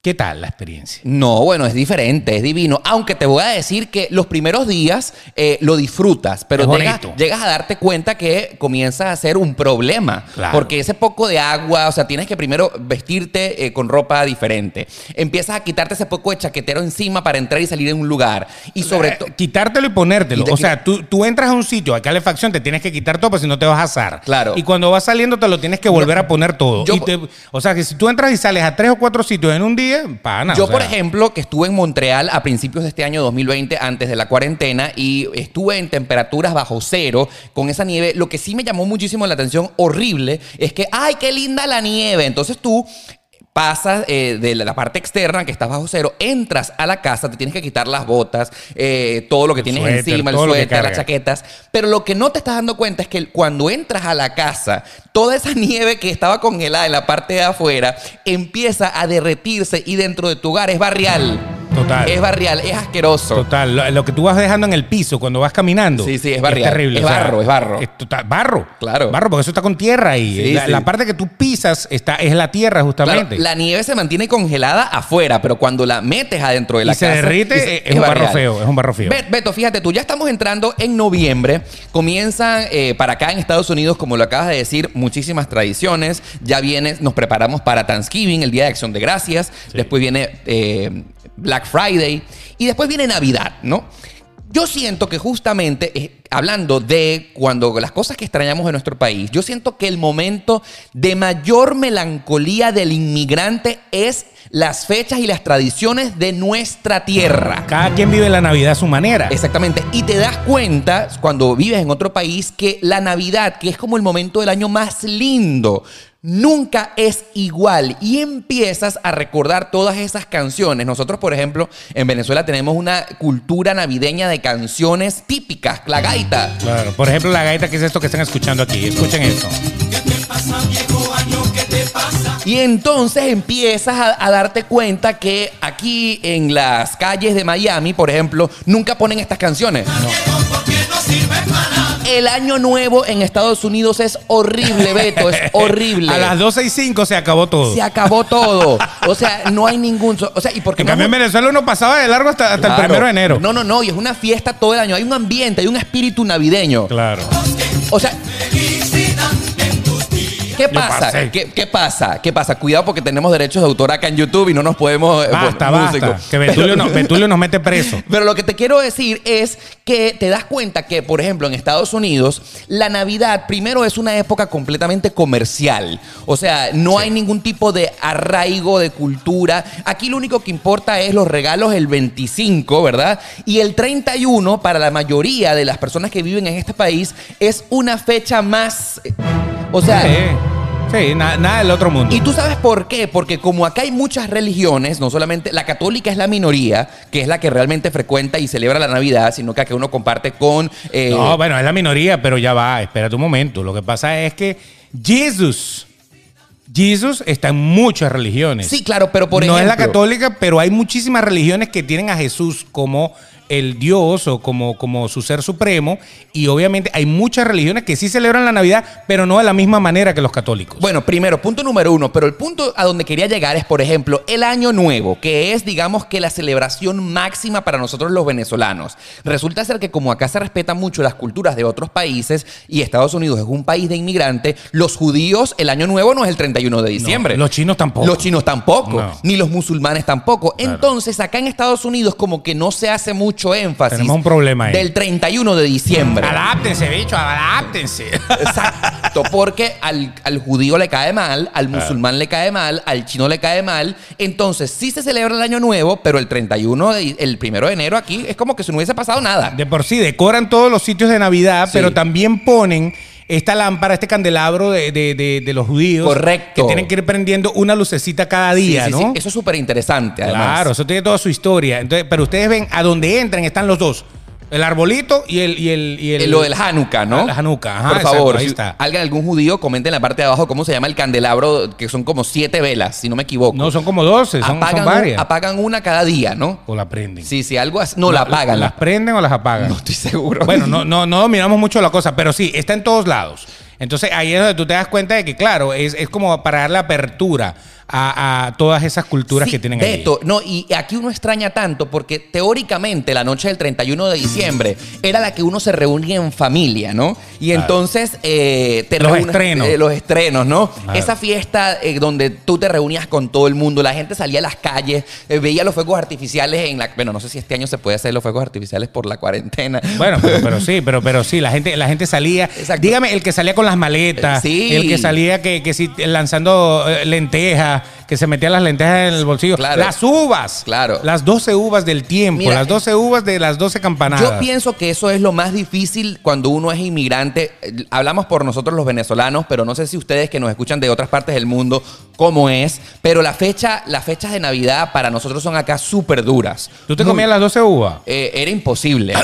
[SPEAKER 2] ¿qué tal la experiencia?
[SPEAKER 1] No, bueno, es diferente, es divino. Aunque te voy a decir que los primeros días eh, lo disfrutas, pero
[SPEAKER 2] Es
[SPEAKER 1] llegas,
[SPEAKER 2] bonito.
[SPEAKER 1] llegas a darte cuenta que comienza a ser un problema.
[SPEAKER 2] Claro.
[SPEAKER 1] Porque ese poco de agua, o sea, tienes que primero vestirte eh, con ropa diferente. Empiezas a quitarte ese poco de chaquetero encima para entrar y salir en un lugar. Y sobre
[SPEAKER 2] Eh,
[SPEAKER 1] todo...
[SPEAKER 2] Quitártelo y ponértelo.
[SPEAKER 1] Y te-
[SPEAKER 2] o sea, tú, tú entras a un sitio, hay calefacción, te tienes que quitar todo, pues si no te vas a asar.
[SPEAKER 1] Claro.
[SPEAKER 2] Y cuando vas saliendo, te lo tienes que volver a poner todo.
[SPEAKER 1] yo-
[SPEAKER 2] Y te- o sea, que si tú entras y sales a tres o cuatro sitios en un día, pana.
[SPEAKER 1] Yo,
[SPEAKER 2] o sea.
[SPEAKER 1] por ejemplo, que estuve en Montreal a principios de este año 2020, antes de la cuarentena, y estuve en temperaturas bajo cero con esa nieve. Lo que sí me llamó muchísimo la atención, horrible, es que, ¡ay, qué linda la nieve! Entonces tú pasas eh, de la parte externa, que estás bajo cero, entras a la casa, te tienes que quitar las botas, eh, todo lo que tienes
[SPEAKER 2] suéter,
[SPEAKER 1] encima, el
[SPEAKER 2] todo lo que
[SPEAKER 1] suéter, la
[SPEAKER 2] cargas.
[SPEAKER 1] chaquetas. Pero lo que no te estás dando cuenta es que cuando entras a la casa, toda esa nieve que estaba congelada en la parte de afuera empieza a derretirse y dentro de tu hogar es barrial.
[SPEAKER 2] Total.
[SPEAKER 1] Es barrial, es asqueroso.
[SPEAKER 2] Total, lo, lo que tú vas dejando en el piso cuando vas caminando.
[SPEAKER 1] Sí, sí, es barrial.
[SPEAKER 2] terrible.
[SPEAKER 1] Es barro, es barro.
[SPEAKER 2] total- barro.
[SPEAKER 1] Claro.
[SPEAKER 2] Barro, porque eso está con tierra y
[SPEAKER 1] Sí,
[SPEAKER 2] la,
[SPEAKER 1] sí.
[SPEAKER 2] la parte que tú pisas está, es la tierra
[SPEAKER 1] Claro,
[SPEAKER 2] justamente.
[SPEAKER 1] la nieve se mantiene congelada afuera, pero cuando la metes adentro de la
[SPEAKER 2] y se
[SPEAKER 1] casa.
[SPEAKER 2] derrite,
[SPEAKER 1] y
[SPEAKER 2] es,
[SPEAKER 1] se-
[SPEAKER 2] un barro
[SPEAKER 1] barrial.
[SPEAKER 2] feo, es un barro feo.
[SPEAKER 1] Bet- Beto, fíjate tú, ya estamos entrando en noviembre. Comienzan eh, para acá en Estados Unidos, como lo acabas de decir, muchísimas tradiciones. Ya viene, nos preparamos para Thanksgiving, el Día de Acción de Gracias. Después viene eh, Black Friday. Y después viene Navidad, ¿no? Yo siento que justamente, eh, hablando de cuando las cosas que extrañamos de nuestro país, yo siento que el momento de mayor melancolía del inmigrante es las fechas y las tradiciones de nuestra tierra.
[SPEAKER 2] Cada quien vive la Navidad a su manera.
[SPEAKER 1] Exactamente. Y te das cuenta cuando vives en otro país que la Navidad, que es como el momento del año más lindo, nunca es igual. Y empiezas a recordar todas esas canciones. Nosotros, por ejemplo, en Venezuela tenemos una cultura navideña de canciones típicas, la gaita.
[SPEAKER 2] Claro, por ejemplo, la gaita que es esto que están escuchando aquí. Escuchen esto.
[SPEAKER 1] Y entonces empiezas a, a darte cuenta que aquí en las calles de Miami, por ejemplo, nunca ponen estas canciones. El año nuevo en Estados Unidos es horrible, Beto, es horrible.
[SPEAKER 2] Eh, A las 12 y 5 se acabó todo.
[SPEAKER 1] Se acabó todo. O sea, no hay ningún... so- O sea, ¿y por qué
[SPEAKER 2] en
[SPEAKER 1] no
[SPEAKER 2] cambio, en Venezuela uno pasaba de largo hasta, hasta el
[SPEAKER 1] Claro.
[SPEAKER 2] primero de enero.
[SPEAKER 1] No, no, no, y es una fiesta todo el año. Hay un ambiente, hay un espíritu navideño.
[SPEAKER 2] Claro.
[SPEAKER 1] O sea. ¿Qué
[SPEAKER 2] pasé.
[SPEAKER 1] pasa? ¿Qué, qué pasa? ¿Qué pasa? Cuidado porque tenemos derechos de autor acá en YouTube y no nos podemos. eh,
[SPEAKER 2] Basta,
[SPEAKER 1] poner
[SPEAKER 2] basta.
[SPEAKER 1] músico.
[SPEAKER 2] Que Betulio,
[SPEAKER 1] Pero-
[SPEAKER 2] no- Betulio nos mete preso.
[SPEAKER 1] pero lo que te quiero decir es que te das cuenta que, por ejemplo, en Estados Unidos, la Navidad primero es una época completamente comercial. O sea, no hay ningún tipo de arraigo de cultura. Aquí lo único que importa es los regalos el 25, ¿verdad? Y el 31, para la mayoría de las personas que viven en este país, es una fecha más. eh, O sea.
[SPEAKER 2] Sí, sí, na- nada del otro mundo.
[SPEAKER 1] Y tú sabes por qué, porque como acá hay muchas religiones, no solamente la católica es la minoría, que es la que realmente frecuenta y celebra la Navidad, sino que acá uno comparte con... eh,
[SPEAKER 2] No, bueno, es la minoría, pero ya va, espérate un momento. Lo que pasa es que Jesús, Jesús está en muchas religiones.
[SPEAKER 1] sí, claro, pero por
[SPEAKER 2] no
[SPEAKER 1] ejemplo...
[SPEAKER 2] es la católica, pero hay muchísimas religiones que tienen a Jesús como el Dios o como, como su ser supremo. Y obviamente hay muchas religiones que sí celebran la Navidad, pero no de la misma manera que los católicos.
[SPEAKER 1] Bueno, primero, punto número uno, pero el punto a donde quería llegar es, por ejemplo, el Año Nuevo, que es, digamos, que la celebración máxima para nosotros los venezolanos. Resulta ser que como acá se respetan mucho las culturas de otros países y Estados Unidos es un país de inmigrantes, los judíos el Año Nuevo no es el 31 de diciembre.
[SPEAKER 2] los chinos tampoco.
[SPEAKER 1] Los chinos tampoco,
[SPEAKER 2] No.
[SPEAKER 1] ni los musulmanes tampoco.
[SPEAKER 2] Claro.
[SPEAKER 1] Entonces, acá en Estados Unidos como que no se hace mucho énfasis
[SPEAKER 2] Tenemos un problema ahí.
[SPEAKER 1] del 31 de diciembre.
[SPEAKER 2] Adáptense, bicho, adáptense.
[SPEAKER 1] Exacto, porque al, al judío le cae mal,
[SPEAKER 2] Ah.
[SPEAKER 1] al musulmán le cae mal, al chino le cae mal. Entonces, sí se celebra el año nuevo, pero el 31, de- el 1 de enero aquí es como que si no hubiese pasado nada.
[SPEAKER 2] De por sí, decoran todos los sitios de Navidad,
[SPEAKER 1] Sí.
[SPEAKER 2] pero también ponen esta lámpara, este candelabro de, de- de- de los judíos.
[SPEAKER 1] Correcto.
[SPEAKER 2] Que tienen que ir prendiendo una lucecita cada día,
[SPEAKER 1] Sí, sí,
[SPEAKER 2] ¿no?
[SPEAKER 1] sí, Eso es súper interesante, además.
[SPEAKER 2] Claro, eso tiene toda su historia. Entonces, pero ustedes ven, a donde entran están los dos. El arbolito y el... Y el, y el-
[SPEAKER 1] Eh, lo del Hanukkah, ¿no?
[SPEAKER 2] El Hanukkah, ajá,
[SPEAKER 1] Por
[SPEAKER 2] exacto,
[SPEAKER 1] favor,
[SPEAKER 2] ahí
[SPEAKER 1] si
[SPEAKER 2] está.
[SPEAKER 1] alguien, algún judío, comente en la parte de abajo cómo se llama el candelabro, que son como siete velas, si no me equivoco.
[SPEAKER 2] No, son como 12, son, son
[SPEAKER 1] apagan, un-
[SPEAKER 2] varias.
[SPEAKER 1] apagan una cada día, ¿no?
[SPEAKER 2] o la prenden.
[SPEAKER 1] Sí, sí, algo así. No, la apagan.
[SPEAKER 2] ¿Las
[SPEAKER 1] La,
[SPEAKER 2] prenden o las apagan?
[SPEAKER 1] no estoy seguro.
[SPEAKER 2] Bueno, no, no, no dominamos mucho la cosa, pero sí, está en todos lados. Entonces ahí es donde tú te das cuenta de que, claro, es, es como para darle apertura a, a todas esas culturas
[SPEAKER 1] Sí,
[SPEAKER 2] que tienen ahí.
[SPEAKER 1] Beto, no, y aquí uno extraña tanto porque teóricamente la noche del 31 de diciembre era la que uno se reunía en familia, ¿no? Y entonces eh, te
[SPEAKER 2] Los
[SPEAKER 1] reúnes-
[SPEAKER 2] estrenos.
[SPEAKER 1] eh, los estrenos, ¿no?
[SPEAKER 2] Claro.
[SPEAKER 1] Esa fiesta eh, donde tú te reunías con todo el mundo, la gente salía a las calles, eh, veía los fuegos artificiales en la. Bueno, no sé si este año se puede hacer los fuegos artificiales por la cuarentena.
[SPEAKER 2] Bueno, pero, pero sí, pero, pero sí, la gente, la gente salía.
[SPEAKER 1] Exacto.
[SPEAKER 2] Dígame, el que salía con las maletas,
[SPEAKER 1] Sí.
[SPEAKER 2] el que salía que, que sí, lanzando eh, lentejas, que se metía las lentejas en el bolsillo.
[SPEAKER 1] Claro.
[SPEAKER 2] Las uvas.
[SPEAKER 1] Claro.
[SPEAKER 2] Las 12 uvas del tiempo,
[SPEAKER 1] Mira, eh,
[SPEAKER 2] las 12 uvas de las 12 campanadas.
[SPEAKER 1] Yo pienso que eso es lo más difícil cuando uno es inmigrante. Eh, Hablamos por nosotros los venezolanos, pero no sé si ustedes que nos escuchan de otras partes del mundo, cómo es. Pero la fecha, las fechas de Navidad para nosotros son acá súper duras.
[SPEAKER 2] ¿Tú te
[SPEAKER 1] Muy-
[SPEAKER 2] comías las 12 uvas?
[SPEAKER 1] Eh, era imposible.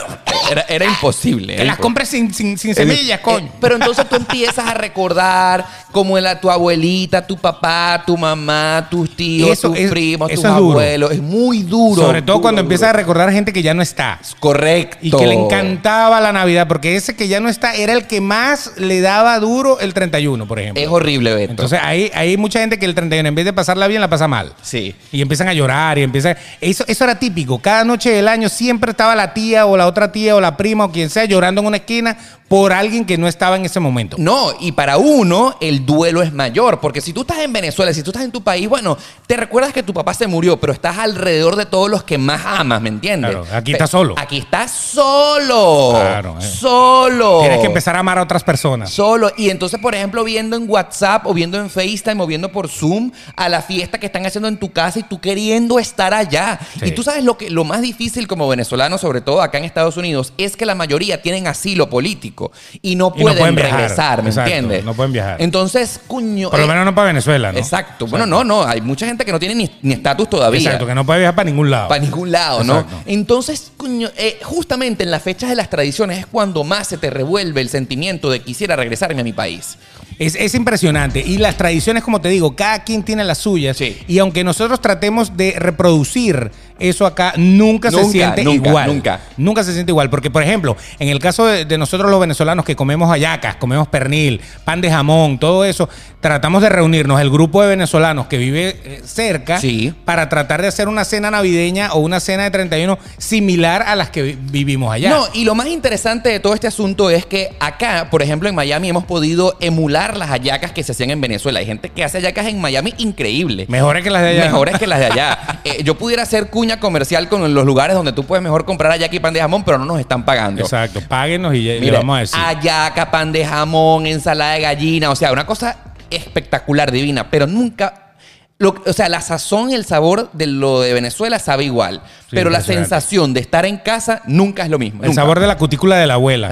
[SPEAKER 1] era, era imposible.
[SPEAKER 2] Que
[SPEAKER 1] era
[SPEAKER 2] las
[SPEAKER 1] impo-
[SPEAKER 2] compres sin, sin, sin semillas,
[SPEAKER 1] Eh,
[SPEAKER 2] coño.
[SPEAKER 1] pero entonces tú empiezas a recordar como la, tu abuelita, tu papá, tu mamá, tus tíos,
[SPEAKER 2] Eso
[SPEAKER 1] tus
[SPEAKER 2] es-
[SPEAKER 1] primos,
[SPEAKER 2] eso
[SPEAKER 1] tus
[SPEAKER 2] es duro.
[SPEAKER 1] abuelos. Es muy duro.
[SPEAKER 2] Sobre todo
[SPEAKER 1] duro,
[SPEAKER 2] cuando
[SPEAKER 1] duro.
[SPEAKER 2] empiezas a recordar gente que ya no está.
[SPEAKER 1] Correcto.
[SPEAKER 2] Y que le encantaba la Navidad, porque ese que ya no está era el que más le daba duro el 31, por ejemplo.
[SPEAKER 1] Es horrible, Beto.
[SPEAKER 2] Entonces ahí hay mucha gente que el 31, en vez de pasarla bien, la pasa mal.
[SPEAKER 1] sí.
[SPEAKER 2] Y empiezan a llorar y empiezan... Eso, eso era típico. Cada noche del año siempre estaba la tía o la otra tía o la prima o quien sea llorando en una esquina por alguien que no estaba en ese momento.
[SPEAKER 1] No, y para uno el duelo es mayor, porque si tú estás en Venezuela, si tú estás en tu país, bueno, te recuerdas que tu papá se murió, pero estás alrededor de todos los que más amas, ¿me entiendes?
[SPEAKER 2] Claro, aquí
[SPEAKER 1] Pe-
[SPEAKER 2] estás solo.
[SPEAKER 1] Aquí estás solo.
[SPEAKER 2] Claro, eh.
[SPEAKER 1] Solo.
[SPEAKER 2] Tienes que empezar a amar a otras personas.
[SPEAKER 1] Solo. Y entonces, por ejemplo, viendo en WhatsApp o viendo en FaceTime o viendo por Zoom a la fiesta que están haciendo en tu casa y tú queriendo estar allá.
[SPEAKER 2] Sí.
[SPEAKER 1] Y tú sabes lo que lo más difícil como venezolano, sobre todo acá en Estados Unidos, es que la mayoría tienen asilo político y no
[SPEAKER 2] Y no
[SPEAKER 1] pueden,
[SPEAKER 2] pueden viajar.
[SPEAKER 1] regresar, ¿me
[SPEAKER 2] Exacto,
[SPEAKER 1] entiendes?
[SPEAKER 2] no pueden viajar.
[SPEAKER 1] Entonces, cuño.
[SPEAKER 2] Por lo
[SPEAKER 1] eh,
[SPEAKER 2] menos no para Venezuela, ¿no?
[SPEAKER 1] Exacto. Bueno, no, no. Hay mucha gente que no tiene ni- ni estatus todavía.
[SPEAKER 2] Exacto, que no puede viajar para ningún lado.
[SPEAKER 1] Para ningún lado, ¿no?
[SPEAKER 2] Exacto.
[SPEAKER 1] Entonces, coño, eh, justamente en las fechas de las tradiciones es cuando más se te revuelve el sentimiento de quisiera regresarme a mi país.
[SPEAKER 2] Es, es impresionante. Y las tradiciones, como te digo, cada quien tiene las suyas.
[SPEAKER 1] Sí.
[SPEAKER 2] Y aunque nosotros tratemos de reproducir eso acá, nunca, se
[SPEAKER 1] Nunca,
[SPEAKER 2] siente
[SPEAKER 1] nunca,
[SPEAKER 2] igual.
[SPEAKER 1] nunca.
[SPEAKER 2] Nunca se siente igual. Porque, por ejemplo, en el caso de, de nosotros los venezolanos que comemos hallacas, comemos pernil, pan de jamón, todo eso, tratamos de reunirnos, el grupo de venezolanos que vive eh, cerca,
[SPEAKER 1] Sí.
[SPEAKER 2] para tratar de hacer una cena navideña o una cena de 31 similar a las que vi- vivimos allá.
[SPEAKER 1] No, y lo más interesante de todo este asunto es que acá, por ejemplo, en Miami hemos podido emular las hallacas que se hacían en Venezuela. Hay gente que hace hallacas en Miami increíble.
[SPEAKER 2] Mejores que las de allá.
[SPEAKER 1] Mejores que las de allá. Eh, yo pudiera hacer cuña comercial con los lugares donde tú puedes mejor comprar hallaca y pan de jamón, pero no nos están pagando.
[SPEAKER 2] Exacto. Páguenos y ya- le
[SPEAKER 1] Mira,
[SPEAKER 2] vamos a decir.
[SPEAKER 1] hallaca, pan de jamón, ensalada de gallina, o sea, una cosa espectacular, divina, pero nunca... lo- o sea, la sazón, el sabor de lo de Venezuela sabe igual, pero la
[SPEAKER 2] impresionante.
[SPEAKER 1] sensación de estar en casa nunca es lo mismo.
[SPEAKER 2] El
[SPEAKER 1] nunca.
[SPEAKER 2] sabor de la cutícula de la abuela.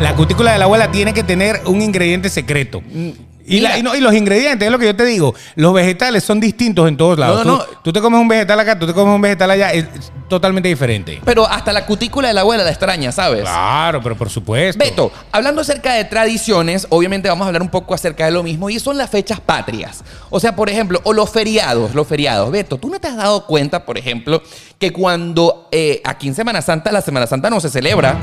[SPEAKER 2] la cutícula de la abuela tiene que tener un ingrediente secreto. Y, la-
[SPEAKER 1] mira.
[SPEAKER 2] y no- y los ingredientes, es lo que yo te digo. Los vegetales son distintos en todos lados.
[SPEAKER 1] No, no,
[SPEAKER 2] tú,
[SPEAKER 1] no.
[SPEAKER 2] tú te comes un vegetal acá, tú te comes un vegetal allá, es totalmente diferente.
[SPEAKER 1] Pero hasta la cutícula de la abuela la extraña, ¿sabes?
[SPEAKER 2] Claro, pero por supuesto.
[SPEAKER 1] Pues. Beto, hablando acerca de tradiciones, obviamente vamos a hablar un poco acerca de lo mismo y son las fechas patrias. O sea, por ejemplo, o los feriados, los feriados. Beto, ¿tú no te has dado cuenta, por ejemplo, que cuando eh, aquí en Semana Santa, la Semana Santa no se celebra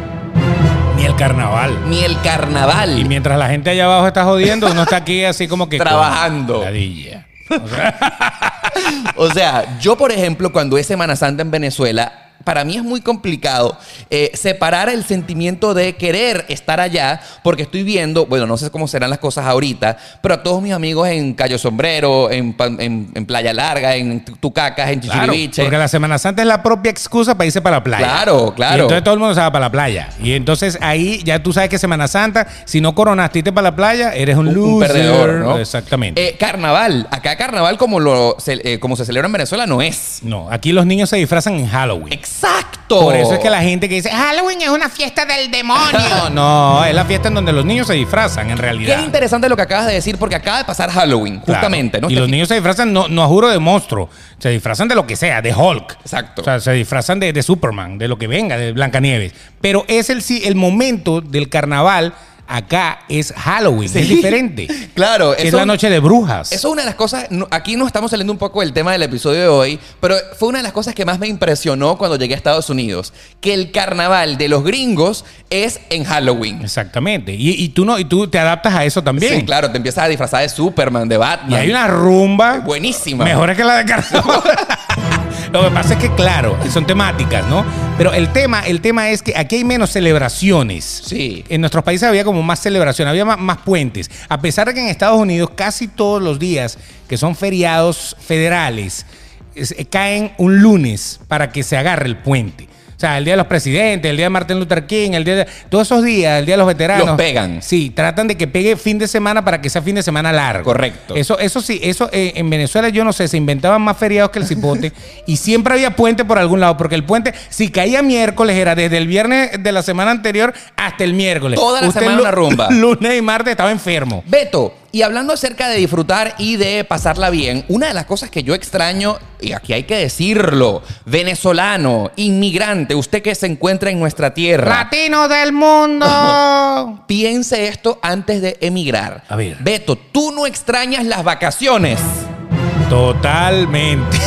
[SPEAKER 2] Ni el carnaval.
[SPEAKER 1] ni el
[SPEAKER 2] Y
[SPEAKER 1] carnaval?
[SPEAKER 2] mientras la gente allá abajo está jodiendo, uno está aquí así como que.
[SPEAKER 1] Trabajando.
[SPEAKER 2] Ladilla.
[SPEAKER 1] O sea, yo, por ejemplo, cuando es Semana Santa en Venezuela, para mí es muy complicado eh, separar el sentimiento de querer estar allá, porque estoy viendo, bueno, no sé cómo serán las cosas ahorita, pero a todos mis amigos en Cayo Sombrero, en, Pan- en- en Playa Larga, en Tu- Tucacas, en
[SPEAKER 2] Claro,
[SPEAKER 1] Chichiriviche.
[SPEAKER 2] porque la Semana Santa es la propia excusa para irse para la playa.
[SPEAKER 1] Claro, claro.
[SPEAKER 2] Y entonces todo el mundo se va para la playa. Y entonces ahí ya tú sabes que Semana Santa, si no coronaste y te para la playa, eres un,
[SPEAKER 1] un-
[SPEAKER 2] loser.
[SPEAKER 1] un perdedor, ¿no?
[SPEAKER 2] Exactamente.
[SPEAKER 1] Eh, carnaval. Acá carnaval, como, lo, ce- eh, como se celebra en Venezuela, no es.
[SPEAKER 2] no, aquí los niños se disfrazan en Halloween.
[SPEAKER 1] ¡Exacto!
[SPEAKER 2] Por eso es que la gente que dice Halloween es una fiesta del demonio. no, es la fiesta en donde los niños se disfrazan en
[SPEAKER 1] Qué
[SPEAKER 2] realidad.
[SPEAKER 1] interesante lo que acabas de decir, porque acaba de pasar Halloween,
[SPEAKER 2] Claro.
[SPEAKER 1] justamente. ¿no?
[SPEAKER 2] Y
[SPEAKER 1] Este
[SPEAKER 2] los
[SPEAKER 1] fin-
[SPEAKER 2] niños se disfrazan, no, no juro de monstruo, se disfrazan de lo que sea, de Hulk.
[SPEAKER 1] Exacto.
[SPEAKER 2] O sea, se disfrazan de, de Superman, de lo que venga, de Blancanieves. Pero es el, sí- el momento del carnaval acá es Halloween, es diferente.
[SPEAKER 1] Claro,
[SPEAKER 2] es
[SPEAKER 1] eso-
[SPEAKER 2] la noche de brujas.
[SPEAKER 1] Eso es una de las cosas, no- aquí nos estamos saliendo un poco del tema del episodio de hoy, pero fue una de las cosas que más me impresionó cuando llegué a Estados Unidos, que el carnaval de los gringos es en Halloween.
[SPEAKER 2] Exactamente. Y, y tú no, y tú te adaptas a eso también.
[SPEAKER 1] Sí, claro, te empiezas a disfrazar de Superman, de Batman.
[SPEAKER 2] Y hay una rumba.
[SPEAKER 1] Buenísima.
[SPEAKER 2] Mejor es que la de carnaval. Lo que pasa es que, claro, son temáticas, ¿no? Pero el tema, el tema es que aquí hay menos celebraciones.
[SPEAKER 1] Sí.
[SPEAKER 2] En nuestros países había como más celebración, había más, más puentes. A pesar de que en Estados Unidos casi todos los días que son feriados federales es- eh, caen un lunes para que se agarre el puente. O sea, el día de los presidentes, el día de Martin Luther King, el día de todos esos días, el día de los veteranos.
[SPEAKER 1] Los pegan.
[SPEAKER 2] Sí, tratan de que pegue fin de semana para que sea fin de semana largo.
[SPEAKER 1] Correcto.
[SPEAKER 2] Eso, eso sí, eso eh, en Venezuela yo no sé, se inventaban más feriados que el cipote y siempre había puente por algún lado, porque el puente, si caía miércoles, era desde el viernes de la semana anterior hasta el miércoles.
[SPEAKER 1] Toda la semana
[SPEAKER 2] lu-
[SPEAKER 1] una rumba.
[SPEAKER 2] Lunes y martes estaba enfermo.
[SPEAKER 1] Beto, Y hablando acerca de disfrutar y de pasarla bien, una de las cosas que yo extraño, y aquí hay que decirlo, venezolano, inmigrante, usted que se encuentra en nuestra tierra,
[SPEAKER 2] ¡Latino del mundo!
[SPEAKER 1] piense esto antes de emigrar.
[SPEAKER 2] A ver.
[SPEAKER 1] Beto, tú no extrañas las vacaciones.
[SPEAKER 2] Totalmente.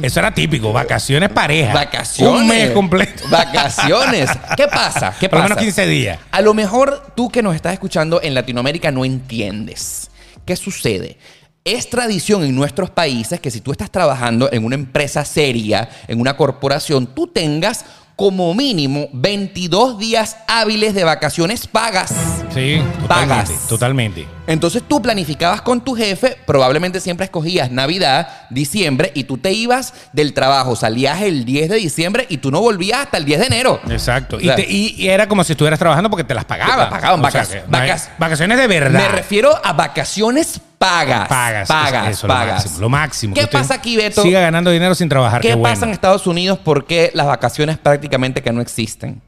[SPEAKER 2] Eso era típico, vacaciones pareja.
[SPEAKER 1] Vacaciones.
[SPEAKER 2] Un mes completo.
[SPEAKER 1] Vacaciones. ¿Qué pasa? ¿Qué
[SPEAKER 2] Por lo
[SPEAKER 1] pasa?
[SPEAKER 2] menos 15 días.
[SPEAKER 1] A lo mejor tú que nos estás escuchando en Latinoamérica no entiendes. ¿Qué sucede? Es tradición en nuestros países que si tú estás trabajando en una empresa seria, en una corporación, tú tengas como mínimo 22 días hábiles de vacaciones pagas.
[SPEAKER 2] Sí,
[SPEAKER 1] Pagas.
[SPEAKER 2] totalmente. Totalmente.
[SPEAKER 1] Entonces tú planificabas con tu jefe, probablemente siempre escogías Navidad, diciembre, y tú te ibas del trabajo, salías el 10 de diciembre y tú no volvías hasta el 10 de enero.
[SPEAKER 2] Exacto. Y,
[SPEAKER 1] Claro.
[SPEAKER 2] te- y- y era como si estuvieras trabajando porque te las pagaban.
[SPEAKER 1] Te las pagaban,
[SPEAKER 2] O sea,
[SPEAKER 1] vacas-
[SPEAKER 2] que no hay-
[SPEAKER 1] vacas-
[SPEAKER 2] vacaciones de verdad.
[SPEAKER 1] Me refiero a vacaciones pagas.
[SPEAKER 2] pagas.
[SPEAKER 1] Pagas,
[SPEAKER 2] Eso, lo
[SPEAKER 1] pagas.
[SPEAKER 2] máximo, Lo máximo.
[SPEAKER 1] ¿Qué
[SPEAKER 2] Que usted
[SPEAKER 1] pasa aquí, Beto?
[SPEAKER 2] Siga ganando dinero sin trabajar.
[SPEAKER 1] ¿Qué
[SPEAKER 2] Qué, bueno.
[SPEAKER 1] pasa en Estados Unidos? ¿Por qué las vacaciones prácticamente que no existen?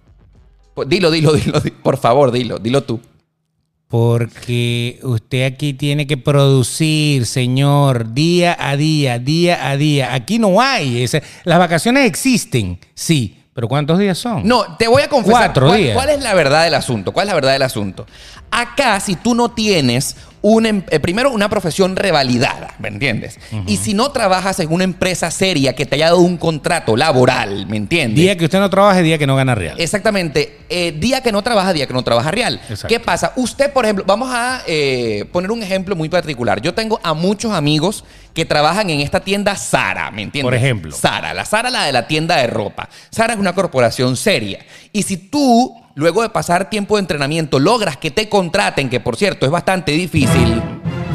[SPEAKER 1] Pues Dilo, dilo, dilo, di- por favor, dilo, dilo tú.
[SPEAKER 2] Porque usted aquí tiene que producir, señor, día a día, día a día. Aquí no hay. ese- las vacaciones existen, sí, pero ¿cuántos días son?
[SPEAKER 1] No, te voy a confesar.
[SPEAKER 2] Cuatro
[SPEAKER 1] ¿cuál,
[SPEAKER 2] días.
[SPEAKER 1] ¿Cuál es la verdad del asunto? ¿Cuál es la verdad del asunto? Acá, si tú no tienes un em- eh, primero una profesión revalidada, ¿me entiendes? Y si no trabajas en una empresa seria que te haya dado un contrato laboral, ¿me entiendes?
[SPEAKER 2] Día que usted no trabaje, día que no gana real.
[SPEAKER 1] Exactamente. Eh, día que no trabaja, día que no trabaja real.
[SPEAKER 2] Exacto.
[SPEAKER 1] ¿Qué pasa? Usted, por ejemplo, vamos a eh, poner un ejemplo muy particular. Yo tengo a muchos amigos que trabajan en esta tienda Sara, ¿me entiendes?
[SPEAKER 2] Por ejemplo.
[SPEAKER 1] Sara, la Sara, la de la tienda de ropa. Sara es una corporación seria. Y si tú, luego de pasar tiempo de entrenamiento, logras que te contraten, que por cierto es bastante difícil.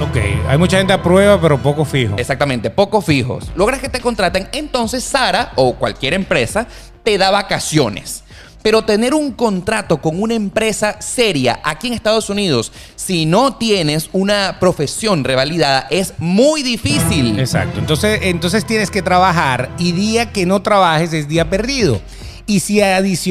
[SPEAKER 2] Ok, hay mucha gente a prueba, pero poco fijo.
[SPEAKER 1] Exactamente, pocos fijos. Logras que te contraten, entonces Sara o cualquier empresa te da vacaciones. Pero tener un contrato con una empresa seria aquí en Estados Unidos, si no tienes una profesión revalidada, es muy difícil.
[SPEAKER 2] Exacto. Entonces, entonces tienes que trabajar y día que no trabajes es día perdido. Y si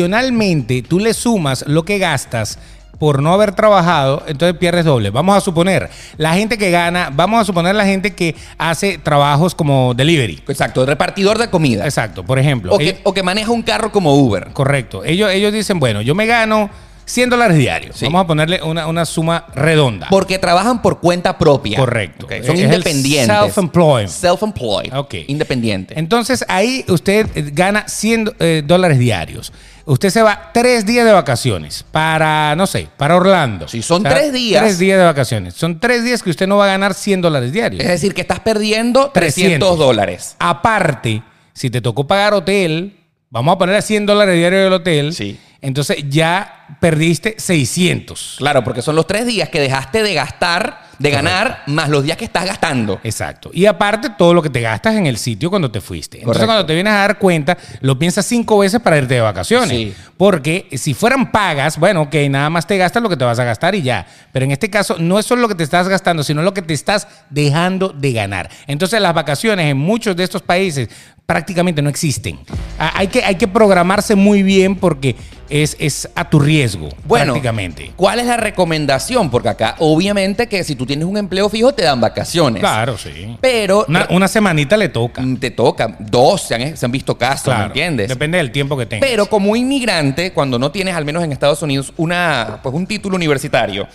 [SPEAKER 2] adicionalmente tú le sumas lo que gastas por no haber trabajado, entonces pierdes doble. Vamos a suponer la gente que gana, vamos a suponer la gente que hace trabajos como delivery.
[SPEAKER 1] Exacto, repartidor de comida.
[SPEAKER 2] Exacto, por ejemplo.
[SPEAKER 1] O que,
[SPEAKER 2] Ellos-
[SPEAKER 1] o que maneja un carro como Uber.
[SPEAKER 2] correcto. Ellos, ellos dicen, bueno, yo me gano 100 dólares diarios.
[SPEAKER 1] Sí.
[SPEAKER 2] Vamos a ponerle una, una suma redonda.
[SPEAKER 1] Porque trabajan por cuenta propia.
[SPEAKER 2] Correcto.
[SPEAKER 1] Ok, Son
[SPEAKER 2] Es el
[SPEAKER 1] independientes.
[SPEAKER 2] self-employed.
[SPEAKER 1] Self-employed.
[SPEAKER 2] Ok.
[SPEAKER 1] Independiente.
[SPEAKER 2] Entonces ahí usted eh, gana 100 do- eh, dólares diarios. Usted se va tres días de vacaciones para, no sé, para Orlando.
[SPEAKER 1] Sí, son tres días.
[SPEAKER 2] Tres días de vacaciones. Son tres días que usted no va a ganar 100 dólares diarios.
[SPEAKER 1] Es decir, que estás perdiendo 300
[SPEAKER 2] 300.
[SPEAKER 1] dólares.
[SPEAKER 2] Aparte, si te tocó pagar hotel, vamos a poner a 100 dólares diarios del hotel.
[SPEAKER 1] Sí.
[SPEAKER 2] Entonces ya perdiste 600.
[SPEAKER 1] Claro, porque son los tres días que dejaste de gastar, de ganar, más los días que estás gastando.
[SPEAKER 2] Exacto. Y aparte, todo lo que te gastas en el sitio cuando te fuiste. Entonces,
[SPEAKER 1] Correcto.
[SPEAKER 2] cuando te vienes a dar cuenta, lo piensas cinco veces para irte de vacaciones.
[SPEAKER 1] Sí.
[SPEAKER 2] Porque si fueran pagas, bueno, ok, nada más te gastas lo que te vas a gastar y ya. Pero en este caso, no es solo lo que te estás gastando, sino lo que te estás dejando de ganar. Entonces, las vacaciones en muchos de estos países prácticamente no existen. Ah, Hay que, hay que programarse muy bien porque es, es a tu riesgo,
[SPEAKER 1] Bueno,
[SPEAKER 2] prácticamente.
[SPEAKER 1] ¿cuál es la recomendación? Porque acá, obviamente, que si tú tienes un empleo fijo, te dan vacaciones.
[SPEAKER 2] Claro, sí.
[SPEAKER 1] Pero
[SPEAKER 2] Una, una semanita le toca.
[SPEAKER 1] mm, te toca. Dos se han, se han visto casos,
[SPEAKER 2] Claro.
[SPEAKER 1] ¿me entiendes?
[SPEAKER 2] Depende del tiempo que tengas.
[SPEAKER 1] Pero como inmigrante, cuando no tienes, al menos en Estados Unidos, una, pues un título universitario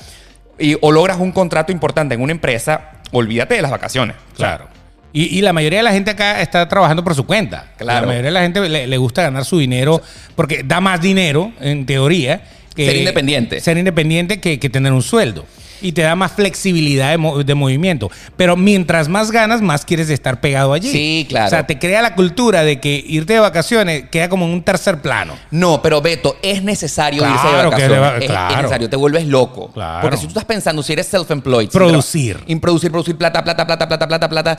[SPEAKER 1] y, o logras un contrato importante en una empresa, olvídate de las vacaciones.
[SPEAKER 2] Claro. Y, y la mayoría de la gente acá está trabajando por su cuenta.
[SPEAKER 1] Claro.
[SPEAKER 2] La mayoría de la gente le, le gusta ganar su dinero porque da más dinero, en teoría. Que
[SPEAKER 1] Ser independiente.
[SPEAKER 2] Ser independiente que, que tener un sueldo. Y te da más flexibilidad de, mo- de movimiento. Pero mientras más ganas, más quieres estar pegado allí.
[SPEAKER 1] Sí, claro.
[SPEAKER 2] O sea, te crea la cultura de que irte de vacaciones queda como en un tercer plano.
[SPEAKER 1] No, pero Beto, es necesario irse de
[SPEAKER 2] Claro que
[SPEAKER 1] vacaciones.
[SPEAKER 2] le va-
[SPEAKER 1] es, es
[SPEAKER 2] claro.
[SPEAKER 1] necesario, te vuelves loco.
[SPEAKER 2] Claro.
[SPEAKER 1] Porque si tú estás pensando, si eres self-employed, sin
[SPEAKER 2] Producir.
[SPEAKER 1] tra- en producir, producir plata, plata, plata, plata, plata, plata.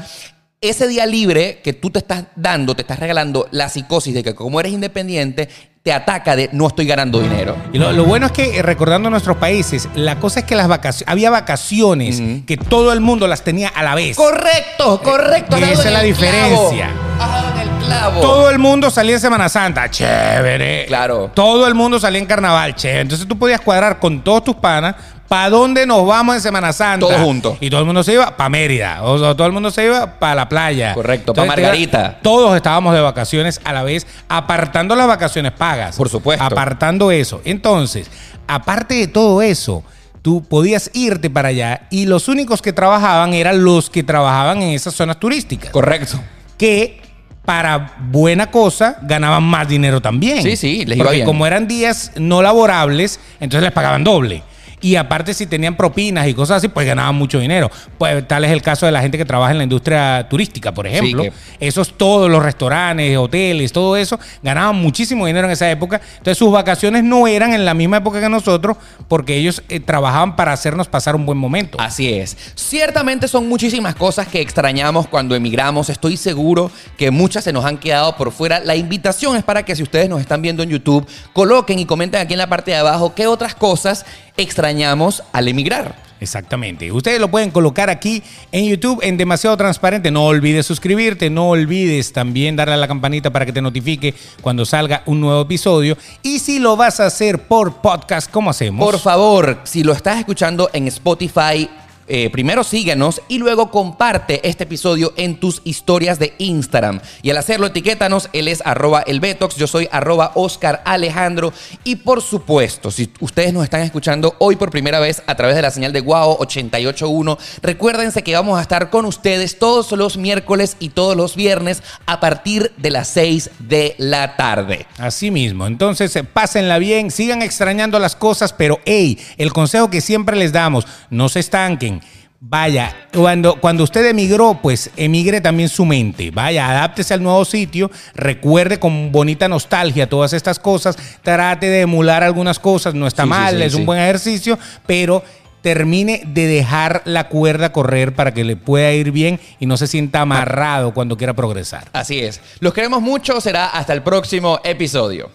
[SPEAKER 1] Ese día libre que tú te estás dando, te estás regalando la psicosis de que como eres independiente, te ataca de no estoy ganando dinero.
[SPEAKER 2] Y lo, lo bueno es que, eh, recordando nuestros países, la cosa es que las vacaciones, había vacaciones que todo el mundo las tenía a la vez.
[SPEAKER 1] Correcto, correcto. has dado
[SPEAKER 2] Esa
[SPEAKER 1] en
[SPEAKER 2] es la
[SPEAKER 1] el
[SPEAKER 2] diferencia.
[SPEAKER 1] clavo. Has dado en el clavo.
[SPEAKER 2] Todo el mundo salía en Semana Santa, chévere.
[SPEAKER 1] Claro.
[SPEAKER 2] Todo el mundo salía en carnaval, chévere. Entonces tú podías cuadrar con todos tus panas ¿Para dónde nos vamos en Semana Santa?
[SPEAKER 1] Todos juntos.
[SPEAKER 2] Y todo el mundo se iba para Mérida. O sea, todo el mundo se iba para la playa.
[SPEAKER 1] Correcto, pa'
[SPEAKER 2] Entonces,
[SPEAKER 1] Margarita.
[SPEAKER 2] Todos estábamos de vacaciones a la vez, apartando las vacaciones pagas.
[SPEAKER 1] Por supuesto.
[SPEAKER 2] Apartando eso. Entonces, aparte de todo eso, tú podías irte para allá y los únicos que trabajaban eran los que trabajaban en esas zonas turísticas.
[SPEAKER 1] Correcto.
[SPEAKER 2] que para buena cosa ganaban más dinero también.
[SPEAKER 1] Sí, sí, les iba
[SPEAKER 2] Porque
[SPEAKER 1] bien.
[SPEAKER 2] como eran días no laborables, entonces les pagaban doble. Y aparte, si tenían propinas y cosas así, pues ganaban mucho dinero. Pues tal es el caso de la gente que trabaja en la industria turística, por ejemplo.
[SPEAKER 1] que-
[SPEAKER 2] Esos todos los restaurantes, hoteles, todo eso, ganaban muchísimo dinero en esa época. Entonces sus vacaciones no eran en la misma época que nosotros, porque ellos eh, trabajaban para hacernos pasar un buen momento.
[SPEAKER 1] Así es. Ciertamente son muchísimas cosas que extrañamos cuando emigramos. Estoy seguro que muchas se nos han quedado por fuera. La invitación es para que si ustedes nos están viendo en YouTube, coloquen y comenten aquí en la parte de abajo qué otras cosas extrañamos al emigrar.
[SPEAKER 2] Exactamente. Ustedes lo pueden colocar aquí en YouTube en Demasiado Transparente. No olvides suscribirte, no olvides también darle a la campanita para que te notifique cuando salga un nuevo episodio. Y si lo vas a hacer por podcast, ¿cómo hacemos?
[SPEAKER 1] Por favor, si lo estás escuchando en Spotify, eh, primero síguenos y luego comparte este episodio en tus historias de Instagram. Y al hacerlo, etiquétanos. Él es arroba el Betox, yo soy arroba Oscar Alejandro. Y por supuesto, si ustedes nos están escuchando hoy por primera vez a través de la señal de Guau 881, recuérdense que vamos a estar con ustedes todos los miércoles y todos los viernes a partir de las 6 de la tarde.
[SPEAKER 2] Así mismo. Entonces, eh, pásenla bien, sigan extrañando las cosas, pero hey, el consejo que siempre les damos, no se estanquen. Vaya, cuando, cuando usted emigró, pues emigre también su mente. Vaya, adáptese al nuevo sitio, recuerde con bonita nostalgia todas estas cosas, trate de emular algunas cosas, no está
[SPEAKER 1] Sí, sí,
[SPEAKER 2] mal,
[SPEAKER 1] sí,
[SPEAKER 2] es un
[SPEAKER 1] sí.
[SPEAKER 2] buen ejercicio, pero termine de dejar la cuerda correr para que le pueda ir bien y no se sienta amarrado cuando quiera progresar.
[SPEAKER 1] Así es. Los queremos mucho. Será hasta el próximo episodio.